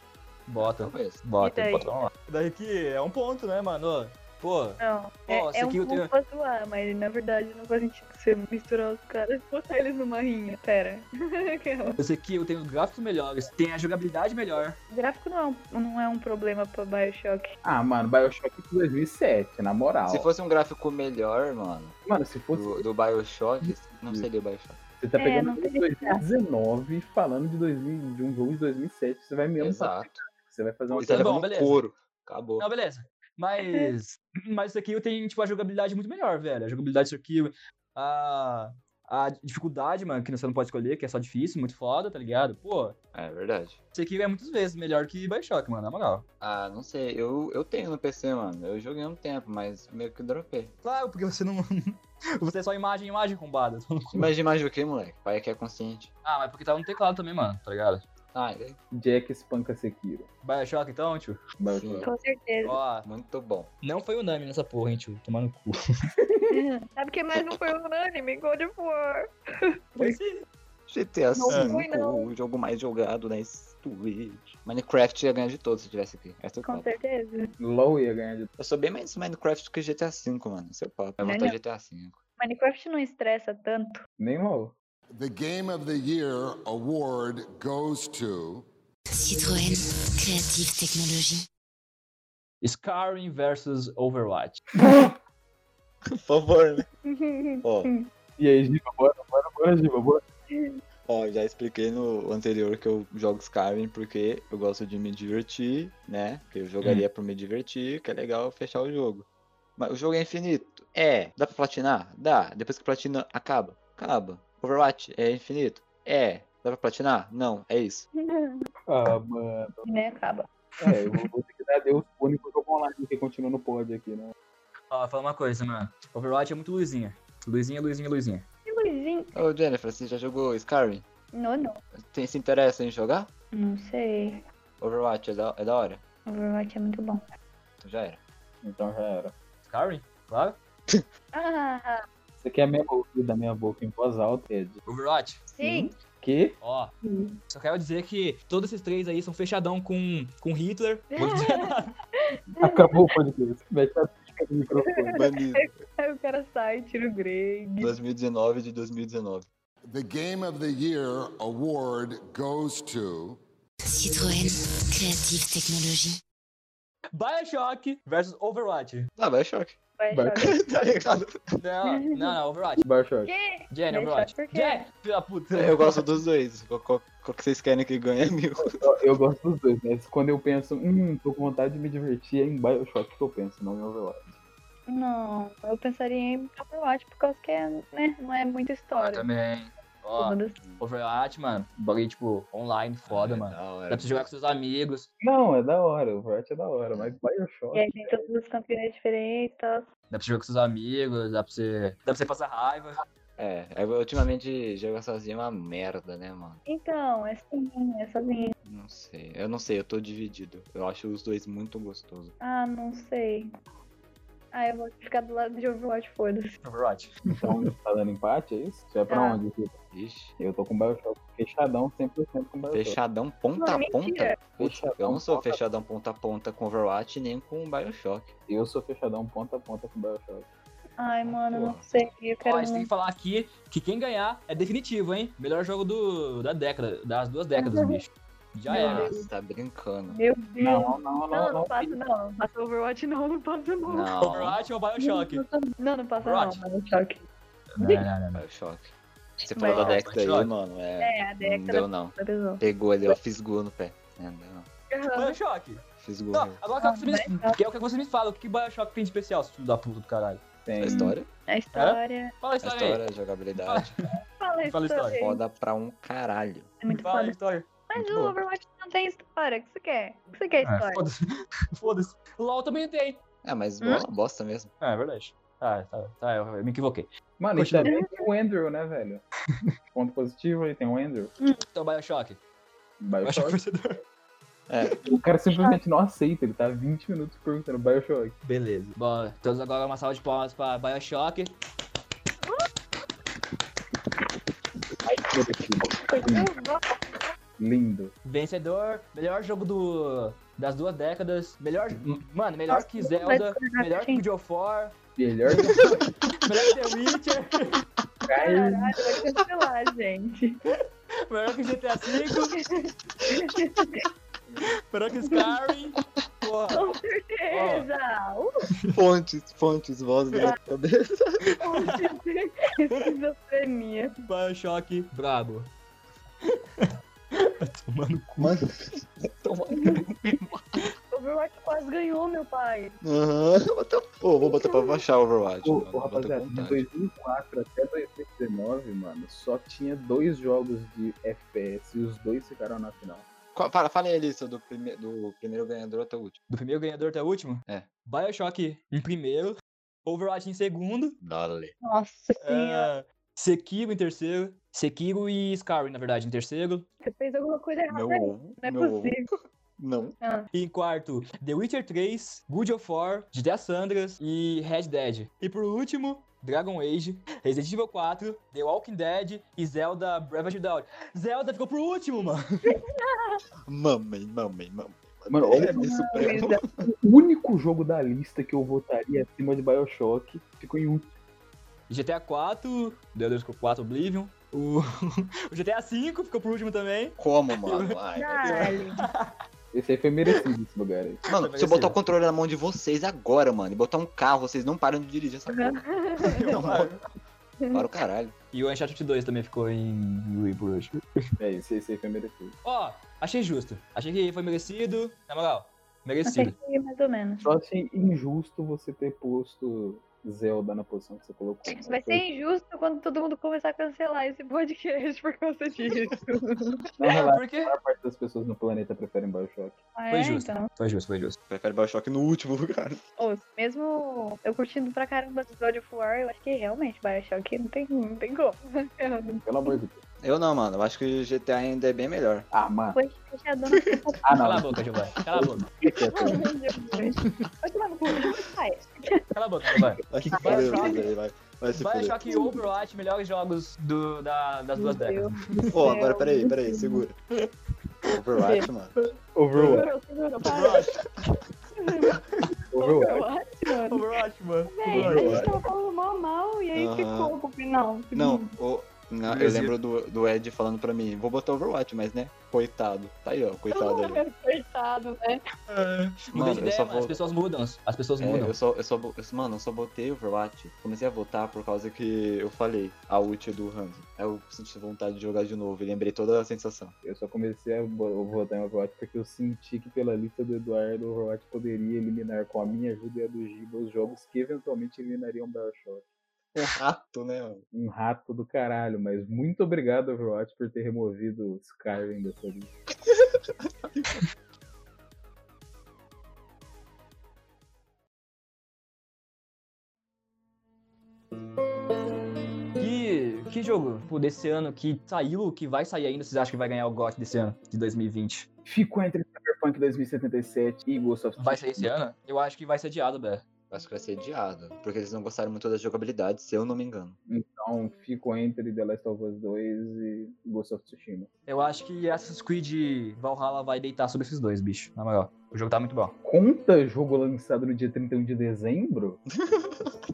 B: Bota.
E: Talvez.
I: E
B: Tá. Bota,
I: daí?
B: bota pra uma mate. Daí que é um ponto, né, mano? Pô,
I: Não.
B: Ó,
I: É, é um
B: Sekiro tem-
I: pouco pra zoar, mas na verdade não faz sentido você misturar os caras e botar eles numa rinha. Pera. Aquela.
B: eu sei que eu tenho os gráficos melhores, tem a jogabilidade melhor.
I: Gráfico não é, um, não é um problema pra Bioshock.
D: Ah, mano, Bioshock de 2007, na moral.
E: Se fosse um gráfico melhor, mano,
D: Mano, se fosse.
E: do, do Bioshock, não seria o Bioshock.
D: Você tá
I: É,
D: pegando
I: não
D: um
I: tem
D: de 2019 e falando de, 2000, de um jogo de 2007. Você vai me lançar.
E: Exato.
D: Você vai fazer um uma
E: Você
I: é
B: Tá
E: tá
B: bom,
E: levando
B: beleza.
E: couro. Acabou.
B: Não, beleza. Mas. Mas isso aqui tem, tipo, a jogabilidade muito melhor, velho. A jogabilidade disso aqui. A. A dificuldade, mano, que você não pode escolher, que é só difícil, muito foda, tá ligado? Pô,
E: É verdade.
B: isso aqui é muitas vezes melhor que Bioshock, mano, na moral.
E: Ah, não sei. Eu, eu tenho no PC, mano. Eu joguei há um tempo, mas meio que dropei.
B: Claro, porque você não. você é só imagem, imagem arrombada.
E: Mas de imagem o que, moleque? Pai que é consciente.
B: Ah, mas porque tava no teclado também, mano, tá ligado?
E: Ah, é-
D: Jack espanca Sekiro.
B: Bioshock então, tio?
D: Bioshock.
I: Com certeza.
B: Ó,
E: muito bom.
B: não foi unânime nessa porra, hein, tio? Tomando cu.
I: Sabe o que mais não foi unânime? God of War.
E: GTA
I: Não foi,
E: V,
I: não.
E: o jogo mais jogado na Twitch. Minecraft ia ganhar de todos se tivesse aqui. Essa é o
I: Com
E: papo.
I: certeza.
D: LOL ia ganhar de.
E: Eu sou bem mais Minecraft que GTA V, mano. Esse é o papo. Eu
I: Não,
E: vou
I: não.
E: GTA V.
I: Minecraft não estressa tanto.
D: Nem LOL.
F: The Game of the Year award goes to.
G: Citroën, Creative Technology.
B: Skyrim versus Overwatch.
E: Por favor, né? Ó,
D: E aí, Giba, bora, bora, bora, Giba, bora.
E: Ó, já expliquei no anterior que eu jogo Skyrim porque eu gosto de me divertir, né? Que eu jogaria pra me divertir, que é legal fechar o jogo. Mas o jogo é infinito. É. Dá pra platinar? Dá. Depois que platina, acaba. Acaba. Overwatch é infinito? É. Dá pra platinar? Não. É isso.
D: Ah, mano.
I: E nem Né, acaba.
D: É, eu vou, vou ter que dar Deus pro único jogo online que continua no pod aqui, né?
B: Ó, fala uma coisa, mano. Overwatch é muito luzinha. Luzinha, luzinha, luzinha.
I: Que luzinho.
E: Ô, Jennifer, você já jogou Skyrim?
I: Não, não.
E: Tem, se interessa em jogar?
I: Não sei.
E: Overwatch é da, é da hora?
I: Overwatch é muito bom.
E: Então já era.
D: Então já era.
B: Skyrim? Claro.
I: Ah,
D: Você quer é a minha boca da minha boca em voz alta, Ed?
B: Overwatch.
I: sim.
D: Que?
B: Ó, só quero dizer que todos esses três aí são fechadão com, com Hitler. Vou dizer nada.
D: Acabou o podcast. Mete a pica no microfone.
E: Banido.
I: Aí o cara sai, tira o Greg.
E: 2019 de 2019.
F: The Game of the Year award goes to
G: Citroën, Creative Technology.
B: Bioshock versus Overwatch.
E: Ah, vai choque.
I: Vai,
D: Vai.
I: joga.
E: tá ligado?
B: Não, não, não, Overwatch.
D: Baixou.
I: Que?
B: Jenny,
I: Bioshock,
B: Overwatch.
I: por quê?
B: Jenny, filha da puta.
E: Eu gosto dos dois. Qual, qual- qual que vocês querem que ganhe é mil?
D: Eu, eu gosto dos dois, mas quando eu penso, hum, tô com vontade de me divertir, é em Bioshock que eu penso, não em Overwatch.
I: Não, eu pensaria em Overwatch por causa que é, né, não é muita
B: Eu
I: história.
B: também. Ó,
I: Todas.
B: Overwatch, mano. Bagulho, tipo, online, foda, mano.
E: Da hora.
B: Dá pra você jogar com seus amigos.
D: Não, é da hora, Overwatch é da hora, mas Bioshock.
I: E aí tem todas as campeões diferentes. tá?
B: Dá pra você jogar com seus amigos, dá pra você. Dá pra você passar raiva.
E: É, eu, ultimamente jogar sozinho é uma merda, né, mano?
I: Então, é sim, é sozinho.
E: Não sei. Eu não sei, eu tô dividido. Eu acho os dois muito gostosos.
I: Ah, não sei. Ah, eu vou ficar do lado de Overwatch, foda-se.
B: Overwatch.
D: Então, tá dando empate, é isso? Você vai pra
I: Tá.
D: onde? Kiko?
E: Ixi.
D: Eu tô com Bioshock fechadão, 100% com Bioshock.
E: Fechadão ponta
I: Não,
E: a ponta?
I: mentira.
E: Puta, eu não sou
D: Fechadão
E: fechadão ponta a ponta com Overwatch nem com Bioshock.
D: Eu sou fechadão ponta a ponta com Bioshock.
I: Hum. Ai, mano, não
E: Porra.
I: sei. Eu
B: Ó,
I: quero
B: a gente tem
I: muito.
B: que falar aqui que quem ganhar é definitivo, hein? Melhor jogo do, da década, das duas décadas, bicho. Já
I: Uhum. Meu
B: era.
I: Deus.
E: Nossa, tá brincando.
I: Meu Deus.
D: Não,
I: Não,
D: não, não,
I: não
D: não.
I: passa não. Não passa Overwatch não, não passa não.
E: Não,
B: Overwatch ou Bioshock?
I: Não, não, não é um passa
B: Overwatch.
I: não, Bioshock.
B: Não, não, não.
E: Bioshock. Você falou da
I: Mas-
E: década aí,
B: Bioshock.
E: mano. É,
I: É, a
E: não
I: década
E: deu não.
I: da pessoa.
E: Pegou ali, ó, fisgou no pé. É, não, deu não.
B: Bioshock.
E: Fisgou.
B: Não, agora eu quero que você me,
I: Bioshock.
B: que é o que você me fala. O que Bioshock tem de especial, seu filho da puta do caralho?
D: Tem.
E: A história?
I: A história.
B: Fala a
E: A
B: história,
E: história, a jogabilidade.
I: Fala a
B: Fala a
I: história.
B: história.
E: Foda pra um caralho.
I: É muito
B: aí. Fala a
I: foda.
B: história.
I: Mas
E: Muito
I: o
E: bom.
I: Overwatch não tem história. O que você quer? O que você quer
B: É,
I: história?
B: Foda-se. Foda-se. LOL também tem.
E: É, mas
I: Hum?
E: bola, bosta mesmo.
B: É, é verdade. Tá, tá, tá, eu, eu me equivoquei.
D: Mano, e
B: Continua.
D: também tem o Andrew, né, velho? Ponto positivo, ele tem o Andrew.
B: Então, Bioshock. Bioshock
D: Bioshock.
B: vencedor.
E: É.
D: O cara simplesmente não aceita, ele tá 20 minutos perguntando Bioshock.
B: Beleza. Bom, todos agora uma salva de palmas pra Bioshock.
D: Lindo.
B: Vencedor, melhor jogo do, das duas décadas. Melhor. Mano, melhor que
I: Nossa,
B: Zelda.
I: vai assim. discordar,
B: Melhor que
I: gente.
B: God of War.
D: Melhor que
B: Melhor que The Witcher.
D: o Skyrim.
I: Caralho, vai cancelar, gente.
B: melhor que GTA V. Melhor que Skyrim. Porra.
I: Com certeza! Uh,
E: Fontes, fontes, voz da minha cabeça.
I: Com Uh, certeza! é Esquizofrenia.
B: Bioshock, brabo. Vai tomar no cu.
E: Mano, toma.
I: Overwatch quase ganhou, meu pai.
E: Aham. Ô, vou botar pra baixar o Overwatch.
D: Ô,
E: mano.
D: ô,
E: Vou botar
D: rapaziada,
E: com
D: de
E: vontade.
D: 2004 até 2019, mano, só tinha dois jogos de FPS e os dois ficaram na final.
E: Qual- Fala, fala aí a lista do, prime... do primeiro ganhador até o último.
B: Do primeiro ganhador até o último?
E: É.
B: Bioshock em primeiro. Overwatch em segundo.
E: Dale.
I: Nossa senhora.
B: É, Sekiro em terceiro. Sekiro e Skyrim, na verdade, em terceiro.
I: Você fez alguma coisa errada
E: Meu
I: aí.
E: ovo.
I: Não é
E: meu ovo.
I: possível.
E: Não.
B: E em quarto, The Witcher 3, Good of War, GTA Sandras e Red Dead. E por último, Dragon Age, Resident Evil 4, The Walking Dead e Zelda Breath of the Wild. Zelda ficou por último, mano.
E: Mamãe, mamãe, mamãe.
D: Mano,
E: é
D: olha
E: isso, primo.
I: Luísa.
D: O único jogo da lista que eu votaria acima de Bioshock ficou em último.
B: GTA 4, The Elder Scrolls 4 Oblivion. O, o GTA 5 ficou por último também.
E: Como, mano? Ai, velho.
I: Caralho.
D: Esse aí foi merecido esse lugar aí.
E: mano, se eu botar o controle na mão de vocês agora, mano, e botar um carro, vocês não param de dirigir essa porra. Não, mano. Para o caralho.
B: E o Uncharted 2 também ficou em em por último.
D: É, esse, esse aí foi merecido.
B: Ó, achei justo. Achei que foi merecido. Na moral, merecido.
I: Achei que mais ou menos.
D: Só achei injusto você ter posto Zelda na posição que você colocou.
I: Isso vai ser injusto quando todo mundo começar a cancelar esse podcast por causa disso.
D: Não, relaxa,
B: É, Por quê?
D: a maior parte das pessoas no planeta preferem Bioshock.
I: Ah,
B: Foi
I: é,
B: justo.
I: então.
B: Foi justo, foi justo.
E: Prefere Bioshock no último lugar.
I: Ou, mesmo eu curtindo pra caramba o God of War, eu acho que realmente Bioshock não tem, não tem como.
D: Pelo amor de Deus.
E: Eu não, mano. Eu acho que GTA ainda é bem melhor.
D: Ah, mano.
I: Foi fechadão na
D: Ah, não.
B: Cala a boca, Giovanni. Cala a boca.
I: Vai tomar no cu, vai.
B: Cala a boca, Giovanni.
E: Vai se
B: Ah, Bioshock.
E: fuder, Rodrigo, vai. Vai se fuder.
B: Bioshock e Overwatch, é melhores jogos do, da, das duas
I: Meu
B: décadas.
I: Deus.
E: Pô,
B: é
E: agora peraí, peraí, segura. Overwatch, mano.
D: Overwatch.
I: Segurou, segurou, para.
D: Overwatch.
I: Overwatch, mano.
B: Overwatch, mano.
I: Véi, a gente tava falando mó mal e aí
E: Aham.
I: ficou pro final.
E: Não, o- não, eu
B: Brasil.
E: lembro do, do Ed falando pra mim, vou botar Overwatch, mas né, coitado. Tá aí, ó, coitado
B: é
E: aí.
I: Coitado, né?
B: Muda
E: Mano,
B: de
E: eu
B: ideia,
E: só
B: mano.
E: vou-
B: As pessoas mudam. As pessoas
E: É,
B: mudam.
E: eu só, eu só, bo- eu- mano, eu só botei Overwatch, comecei a votar por causa que eu falei, a ult é do Ramsey. Aí eu senti vontade de jogar de novo e lembrei toda a sensação.
D: Eu só comecei a bo- votar em Overwatch porque eu senti que pela lista do Eduardo, o Overwatch poderia eliminar com a minha ajuda e a do Giba os jogos que eventualmente eliminariam Bioshock.
E: Um rato, né, mano?
D: Um rato do caralho, mas muito obrigado, Overwatch, por ter removido o Skyrim dessa lista.
B: Que, que jogo pô, desse ano que saiu, que vai sair ainda, vocês acham que vai ganhar o GOT desse ano, de 2020?
D: Ficou entre Cyberpunk 2077 e Ghost of
B: Vai sair esse ano? Eu acho que vai ser adiado, Bé.
E: Acho que vai ser adiado, porque eles não gostaram muito da jogabilidade, se eu não me engano.
D: Então, ficou entre The Last of Us 2 e Ghost of Tsushima.
B: Eu acho que Assassin's Creed Valhalla vai deitar sobre esses dois, bicho. Na moral. O jogo tá muito bom.
D: Conta jogo lançado no dia 31 de dezembro?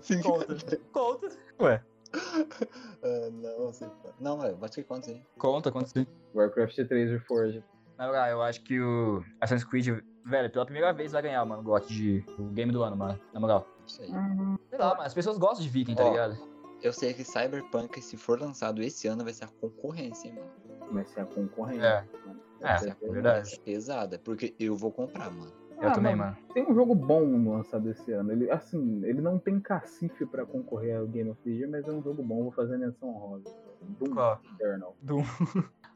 E: Sim.
B: Conta. Conta. Ué.
E: Ah, não, sei. lá. Não, é, bate que conta, hein?
B: Conta, conta sim.
D: Warcraft 3 Reforged.
B: Na moral, eu acho que o Assassin's Creed, velho, pela primeira vez vai ganhar, mano, o GOT de o game do ano, mano. Na moral.
E: Não sei.
B: Sei lá, mas as pessoas gostam de Viking, tá
E: Ó.
B: ligado?
E: Eu sei que Cyberpunk, se for lançado esse ano, vai ser a concorrência, hein, mano.
D: Vai ser a concorrência.
B: É.
D: Vai
B: É,
D: ser a
B: verdade.
E: Pesada, porque eu vou comprar, mano.
B: Eu
D: Ah,
B: também,
D: mano.
B: mano.
D: Tem um jogo bom lançado esse ano. Ele, assim, ele não tem cacife pra concorrer ao Game of the Year, mas é um jogo bom. Vou fazer menção rosa. Doom
B: Qual?
D: Eternal.
B: Não,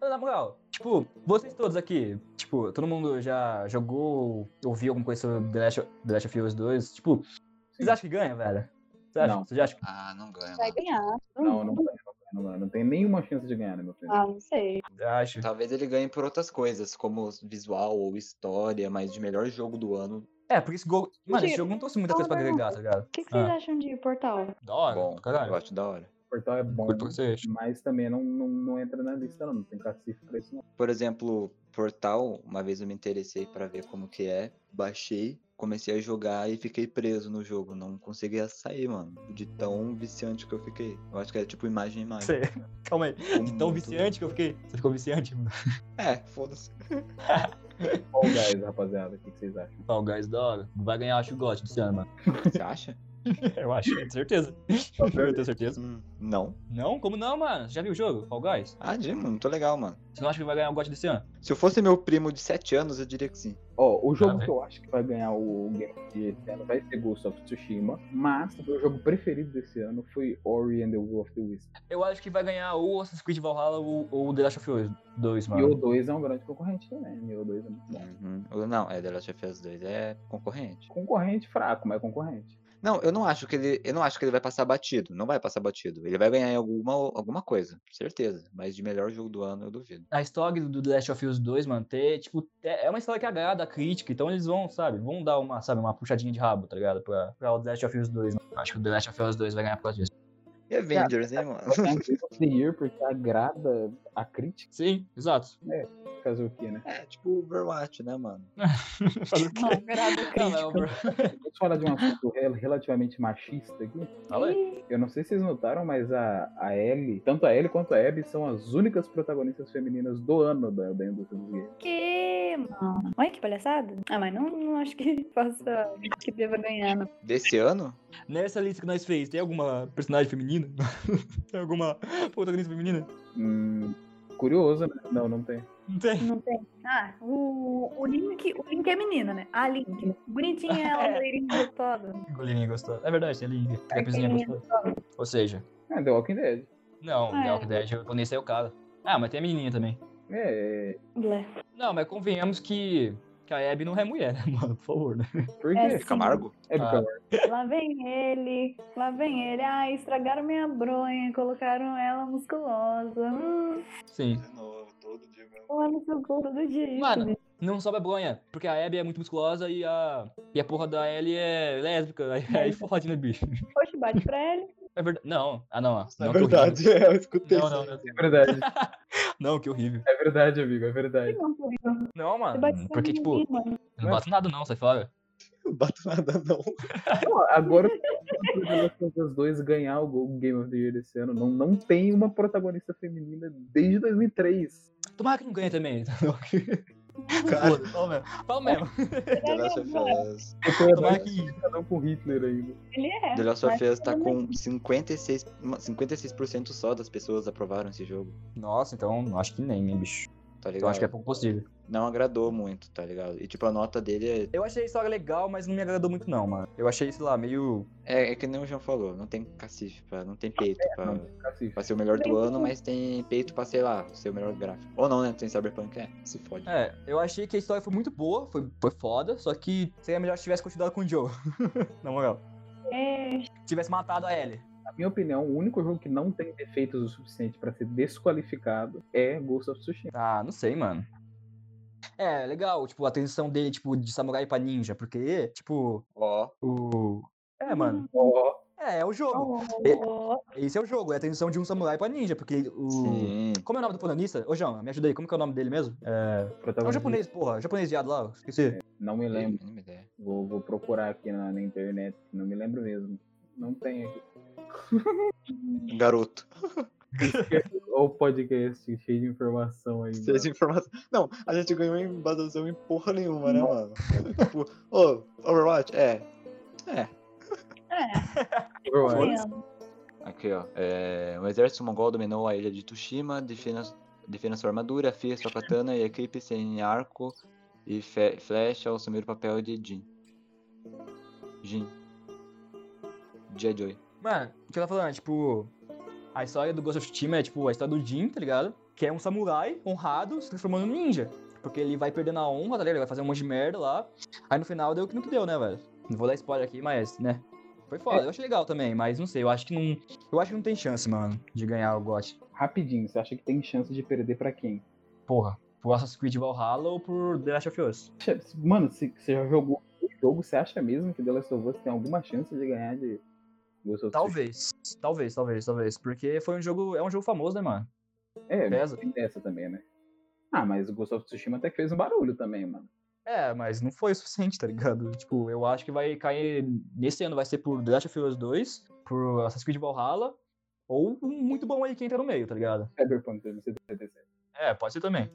B: Na moral, tipo, vocês todos aqui, tipo, todo mundo já jogou, ouviu alguma coisa sobre The Last of, The Last of Us 2? Tipo, vocês
D: Sim.
B: acham que ganha, velho? Vocês acham,
D: Não.
B: vocês acham que...
E: Ah, não ganha,
C: Vai
E: mano.
C: ganhar.
D: Não, não, vai, não, vai, não, vai. não tem nenhuma chance de ganhar, né, meu filho?
C: Ah, não sei.
B: Eu acho.
E: Talvez ele ganhe por outras coisas, como visual ou história, mas de melhor jogo do ano.
B: É, porque esse gol... Mano, esse
C: Mentira.
B: jogo não trouxe muita coisa pra
C: Fala,
B: agregar, tá ligado?
C: O que, que vocês
B: Ah.
C: acham de Portal?
B: Da hora,
E: bom, eu
B: caralho.
E: acho da hora.
D: O portal é bom,
B: Curto pra você acha.
D: mas também não, não, não entra na lista, não. Não tem cacife pra isso, não.
E: Por exemplo, Portal, uma vez eu me interessei pra ver como que é, baixei, comecei a jogar e fiquei preso no jogo, não conseguia sair, mano, de tão viciante que eu fiquei. Eu acho que era tipo imagem em imagem.
B: Sei. Calma aí.
E: Ficou
B: Tão
E: muito-
B: viciante que eu fiquei... Você ficou viciante? mano?
E: É, foda-se.
D: Fall Guys, rapaziada, o que que vocês acham?
B: Fall Guys, da hora. Vai ganhar, acho, o GOT desse ano, mano.
E: Você acha?
B: Eu acho, com certeza. Eu tenho certeza.
E: Hum, não.
B: Não? Como não, mano? Você já viu o jogo, Fall Guys?
E: Ah, Jim, mano, tô legal, mano.
B: Você não acha que vai ganhar o GOT desse ano?
E: Se eu fosse meu primo de 7 anos, eu diria que sim.
D: Ó, o
B: Ah,
D: jogo que eu acho que vai ganhar o Game of the Year esse ano vai ser Ghost of Tsushima, mas o meu jogo preferido desse ano foi Ori and the Will of the Wisp.
B: Eu acho que vai ganhar ou Assassin's Creed Valhalla ou, ou The Last of Us 2,
D: E o
B: mano.
D: 2 é um grande concorrente também, e o 2 é muito bom.
E: Uhum. Ou Não, é The Last of Us 2, é concorrente.
D: Concorrente fraco, mas concorrente.
E: Não, eu não acho que ele, eu não acho que ele vai passar batido. Não vai passar batido. Ele vai ganhar em alguma, alguma coisa, certeza. Mas de melhor jogo do ano eu duvido.
B: A história do The Last of Us 2, mano, ter, tipo, é é uma história que agrada a crítica, então eles vão, sabe, vão dar uma, sabe, uma puxadinha de rabo, tá ligado? Pra, pra o The Last of Us 2. mano. Acho que o The Last of Us 2 vai ganhar por causa disso.
E: E Avengers, hein, mano?
D: Vai ganhar Game of the Year porque agrada a crítica,
B: Sim, exato.
D: fazer o quê, né?
E: É, tipo Overwatch, né, mano?
I: Não, agrada a
B: Não, é
I: crítica.
B: o Bra-
D: Deixa eu falar de um assunto rel- relativamente machista aqui.
B: Fala aí.
D: Eu não sei se vocês notaram, mas a, a Ellie, tanto a Ellie quanto a Abby, são as únicas protagonistas femininas do ano da, da indústria dos games.
I: Que, mano. Olha que palhaçada. Ah, mas não, não acho que possa. que deva ganhar, não.
E: Desse ano?
B: Nessa lista que nós fez, tem alguma personagem feminina? tem alguma protagonista feminina?
D: Hum, curioso, né? Não, não tem.
H: Não tem.
I: Não tem. Ah, o, o, Link, o Link é menina, né? A Link. Bonitinha, ela, loirinha, gostosa.
B: Goleirinha gostosa. É verdade, tem ali. Trapezinha
I: Aquele
B: gostosa. Ou seja,
D: Ah, The Walking Dead.
B: não,
I: É.
B: é. Walking Dead, o japonês é o cara. Ah, mas tem a menininha também.
D: É,
I: Blé.
B: Não, mas convenhamos que, que a Abby não é mulher, né, mano? Por favor, né?
D: por
I: É,
D: quê?
I: sim.
E: Fica amargo?
D: É porque
B: Ah.
D: ela-
I: Lá vem ele, lá vem ele. Ah, estragaram minha bronha, colocaram ela musculosa. Hum,
B: Sim.
J: De novo, todo dia mesmo.
I: lá no seu gol todo dia. isso,
B: Mano.
I: né?
B: Não sobe a bronha, porque a Abby é muito musculosa e a, e a porra da Ellie é lésbica. Aí, aí fode, né, bicho?
I: Poxa, bate pra ele.
B: É verdade. Não, ah, não. ó,
J: Na
B: não que
J: verdade, é, eu escutei
B: horrível. Não,
J: isso.
B: não, não,
D: É verdade,
B: não, que horrível.
D: é verdade, amigo, é
I: Que
D: verdade.
I: não, por isso.
B: Não,
I: Você bate
B: mano.
I: só
B: Porque,
I: em
B: tipo,
I: mim, mano.
B: eu não bato nada, não, sai fora.
J: Eu bato nada, não.
D: Não, agora os dois ganhar o Go- Game of the Year desse ano. Não, não tem uma protagonista feminina desde 2003.
B: Tomara que não ganhe também.
J: Cara,
B: Foda, fala mesmo. Fala
J: Tá
B: mesmo.
E: The Last of Us.
D: Eu tenho
B: Tomara
D: até
B: que.
D: um com Hitler ainda.
I: Ele é.
E: The Last of
I: mas
E: Us tá
I: tudo
E: com 56, uma- 56% só das pessoas aprovaram esse jogo,
B: Nossa, então acho que nem, hein, bicho.
E: tá ligado?
B: Eu acho que é pouco possível.
E: Não agradou muito, tá ligado? E tipo, a nota dele
B: Eu achei a história legal, mas não me agradou muito, não, mano. Eu achei, sei lá, meio.
E: é, é, é que nem o João falou, não tem cacife, pra, não tem peito pra,
D: Cacete.
E: pra ser o melhor
I: Bem,
E: do ano,
I: tudo.
E: mas tem peito pra, sei lá, ser o melhor gráfico. Ou não, né? Tem Cyberpunk, é, se fode.
B: É, eu achei que a história foi muito boa, foi, foi foda, só que seria melhor se tivesse continuado com o Joe. Na moral.
I: É,
B: Tivesse matado a Ellie.
D: Na minha opinião, o único jogo que não tem defeitos o suficiente pra ser desqualificado é Ghost of Tsushima.
B: Ah, não sei, mano. É, legal, tipo, a transição dele, tipo, de samurai pra ninja, porque, tipo,
E: Ó,
B: o. É, mano.
D: Ó,
B: É, é o jogo.
I: ó, ó, ó.
B: Esse é o jogo, é a transição de um samurai pra ninja, porque o.
J: Uh,
E: sim.
B: Como é o nome do protagonista? Ô, João, me ajuda aí, como que é o nome dele mesmo? É, é um
D: protagonista.
B: japonês, porra, japonês viado lá, esqueci.
D: Não me lembro.
E: Mínima ideia.
D: Vou, vou procurar aqui na, na internet. Não me lembro mesmo. Não tem aqui.
E: Garoto.
D: Olha o podcast cheio de informação aí.
J: Essas informações. Não, a gente ganhou em basação em porra nenhuma, né, mano? tipo, ô, Overwatch? É.
I: É,
D: mano. Overwatch.
I: sim, ó.
E: Aqui, ó. É, o exército mongol dominou a ilha de Tushima, defina, defina sua armadura, afia sua katana e equipe sem arco e fe- flecha ao assumir o papel de Jin. Jin. Jedi.
B: Mano, o que eu tava falando, tipo, a história do Ghost of Tsushima é, tipo, a história do Jin, tá ligado? Que é um samurai honrado se transformando num ninja. Porque ele vai perdendo a honra, tá ligado? Ele vai fazer um monte de merda lá. Aí no final deu o que não que deu, né, velho? Não vou dar spoiler aqui, mas, né? Foi foda, eu achei legal também, mas não sei, eu acho que não. Eu acho que não tem chance, mano, de ganhar o GOT.
D: Rapidinho, você acha que tem chance de perder pra quem?
B: Porra, por Assassin's Creed Valhalla ou por The Last of Us?
D: Acha- Mano, se você já jogou o jogo, você acha mesmo que The Last of Us tem alguma chance de ganhar de Ghost of
B: Talvez. Talvez, talvez, talvez. Porque foi um jogo. É um jogo famoso, né, mano?
D: Tsushima? É,
B: Pesa.
D: tem dessa também, né? Ah, mas o Ghost of Tsushima até que fez um barulho também, mano.
B: É, mas não foi o suficiente, tá ligado? Tipo, eu acho que vai cair. Nesse ano vai ser por The Last of Us 2, por Assassin's Creed Valhalla, ou um muito bom aí que entra no meio, tá ligado?
D: Cyberpunk 2077.
B: É, pode ser também.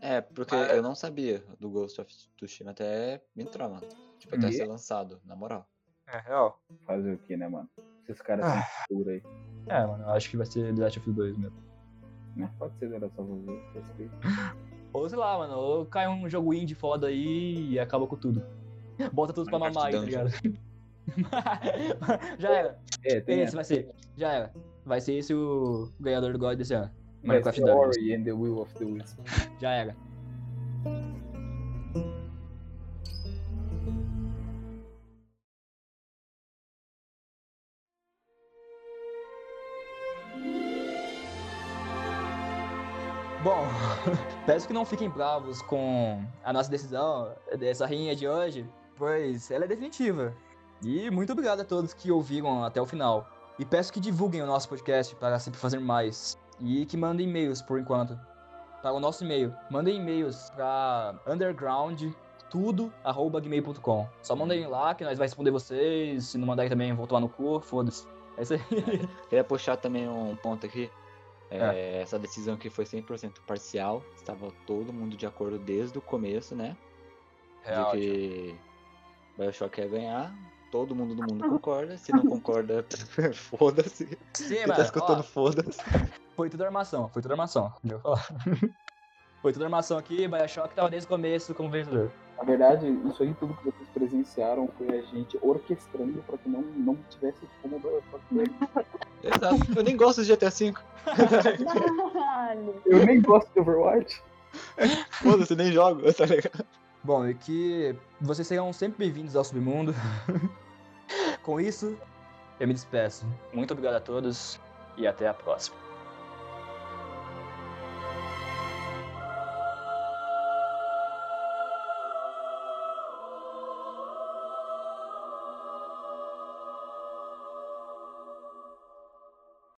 E: É, porque eu não sabia do Ghost of Tushima até entrar, mano. Tipo, até
D: E?
E: ser lançado, na moral.
B: É, real.
D: Fazer o que, né, mano? Esses caras têm
B: Ah.
D: cultura aí.
B: É, mano, eu acho que vai ser The Last of Us 2 mesmo.
D: Né? Pode ser The Last of Us. respeito.
B: Ou sei lá, mano, ou cai um jogo indie foda aí e acaba com tudo. Bota tudo pra mamar aí, tá ligado? Já era.
D: É, tem
B: Esse
D: essa.
B: vai ser. Já era. Vai ser esse o ganhador do God desse ano.
D: Vai
B: Minecraft
D: ser
B: Dungeons.
D: Ori and the Will of the Wisp.
B: Já era. Bom, peço que não fiquem bravos com a nossa decisão dessa rainha de hoje, pois ela é definitiva. E muito obrigado a todos que ouviram até o final. E peço que divulguem o nosso podcast para sempre fazer mais. E que mandem e-mails por enquanto para Tá, o nosso e-mail. Mandem e-mails para underground tudo arroba gmail.com. Só mandem lá que nós vai responder vocês. Se não mandarem também, vou tomar no cu, foda-se. É isso aí.
E: Queria puxar também um ponto aqui. É, Essa decisão que foi 100% parcial, estava todo mundo de acordo desde o começo, né? de que Bioshock ia ganhar. Todo mundo do mundo concorda. Se não concorda, foda-se.
B: Sim,
E: Quem
B: mano,
E: tá escutando,
B: ó,
E: foda-se.
B: Foi tudo armação, foi tudo armação. Deixa eu falar. foi tudo armação aqui, Bioshock tava desde o começo como vencedor.
D: Na verdade, isso aí tudo que vocês presenciaram foi a gente orquestrando pra que não, não tivesse como Bioshock.
E: Exato. Eu nem gosto de GTA V.
I: Caralho.
D: Eu nem gosto de Overwatch.
E: Foda-se, nem jogo, tá ligado?
B: Bom, e que vocês serão sempre bem-vindos ao Submundo. Com isso, eu me despeço. Muito obrigado a todos e até a próxima.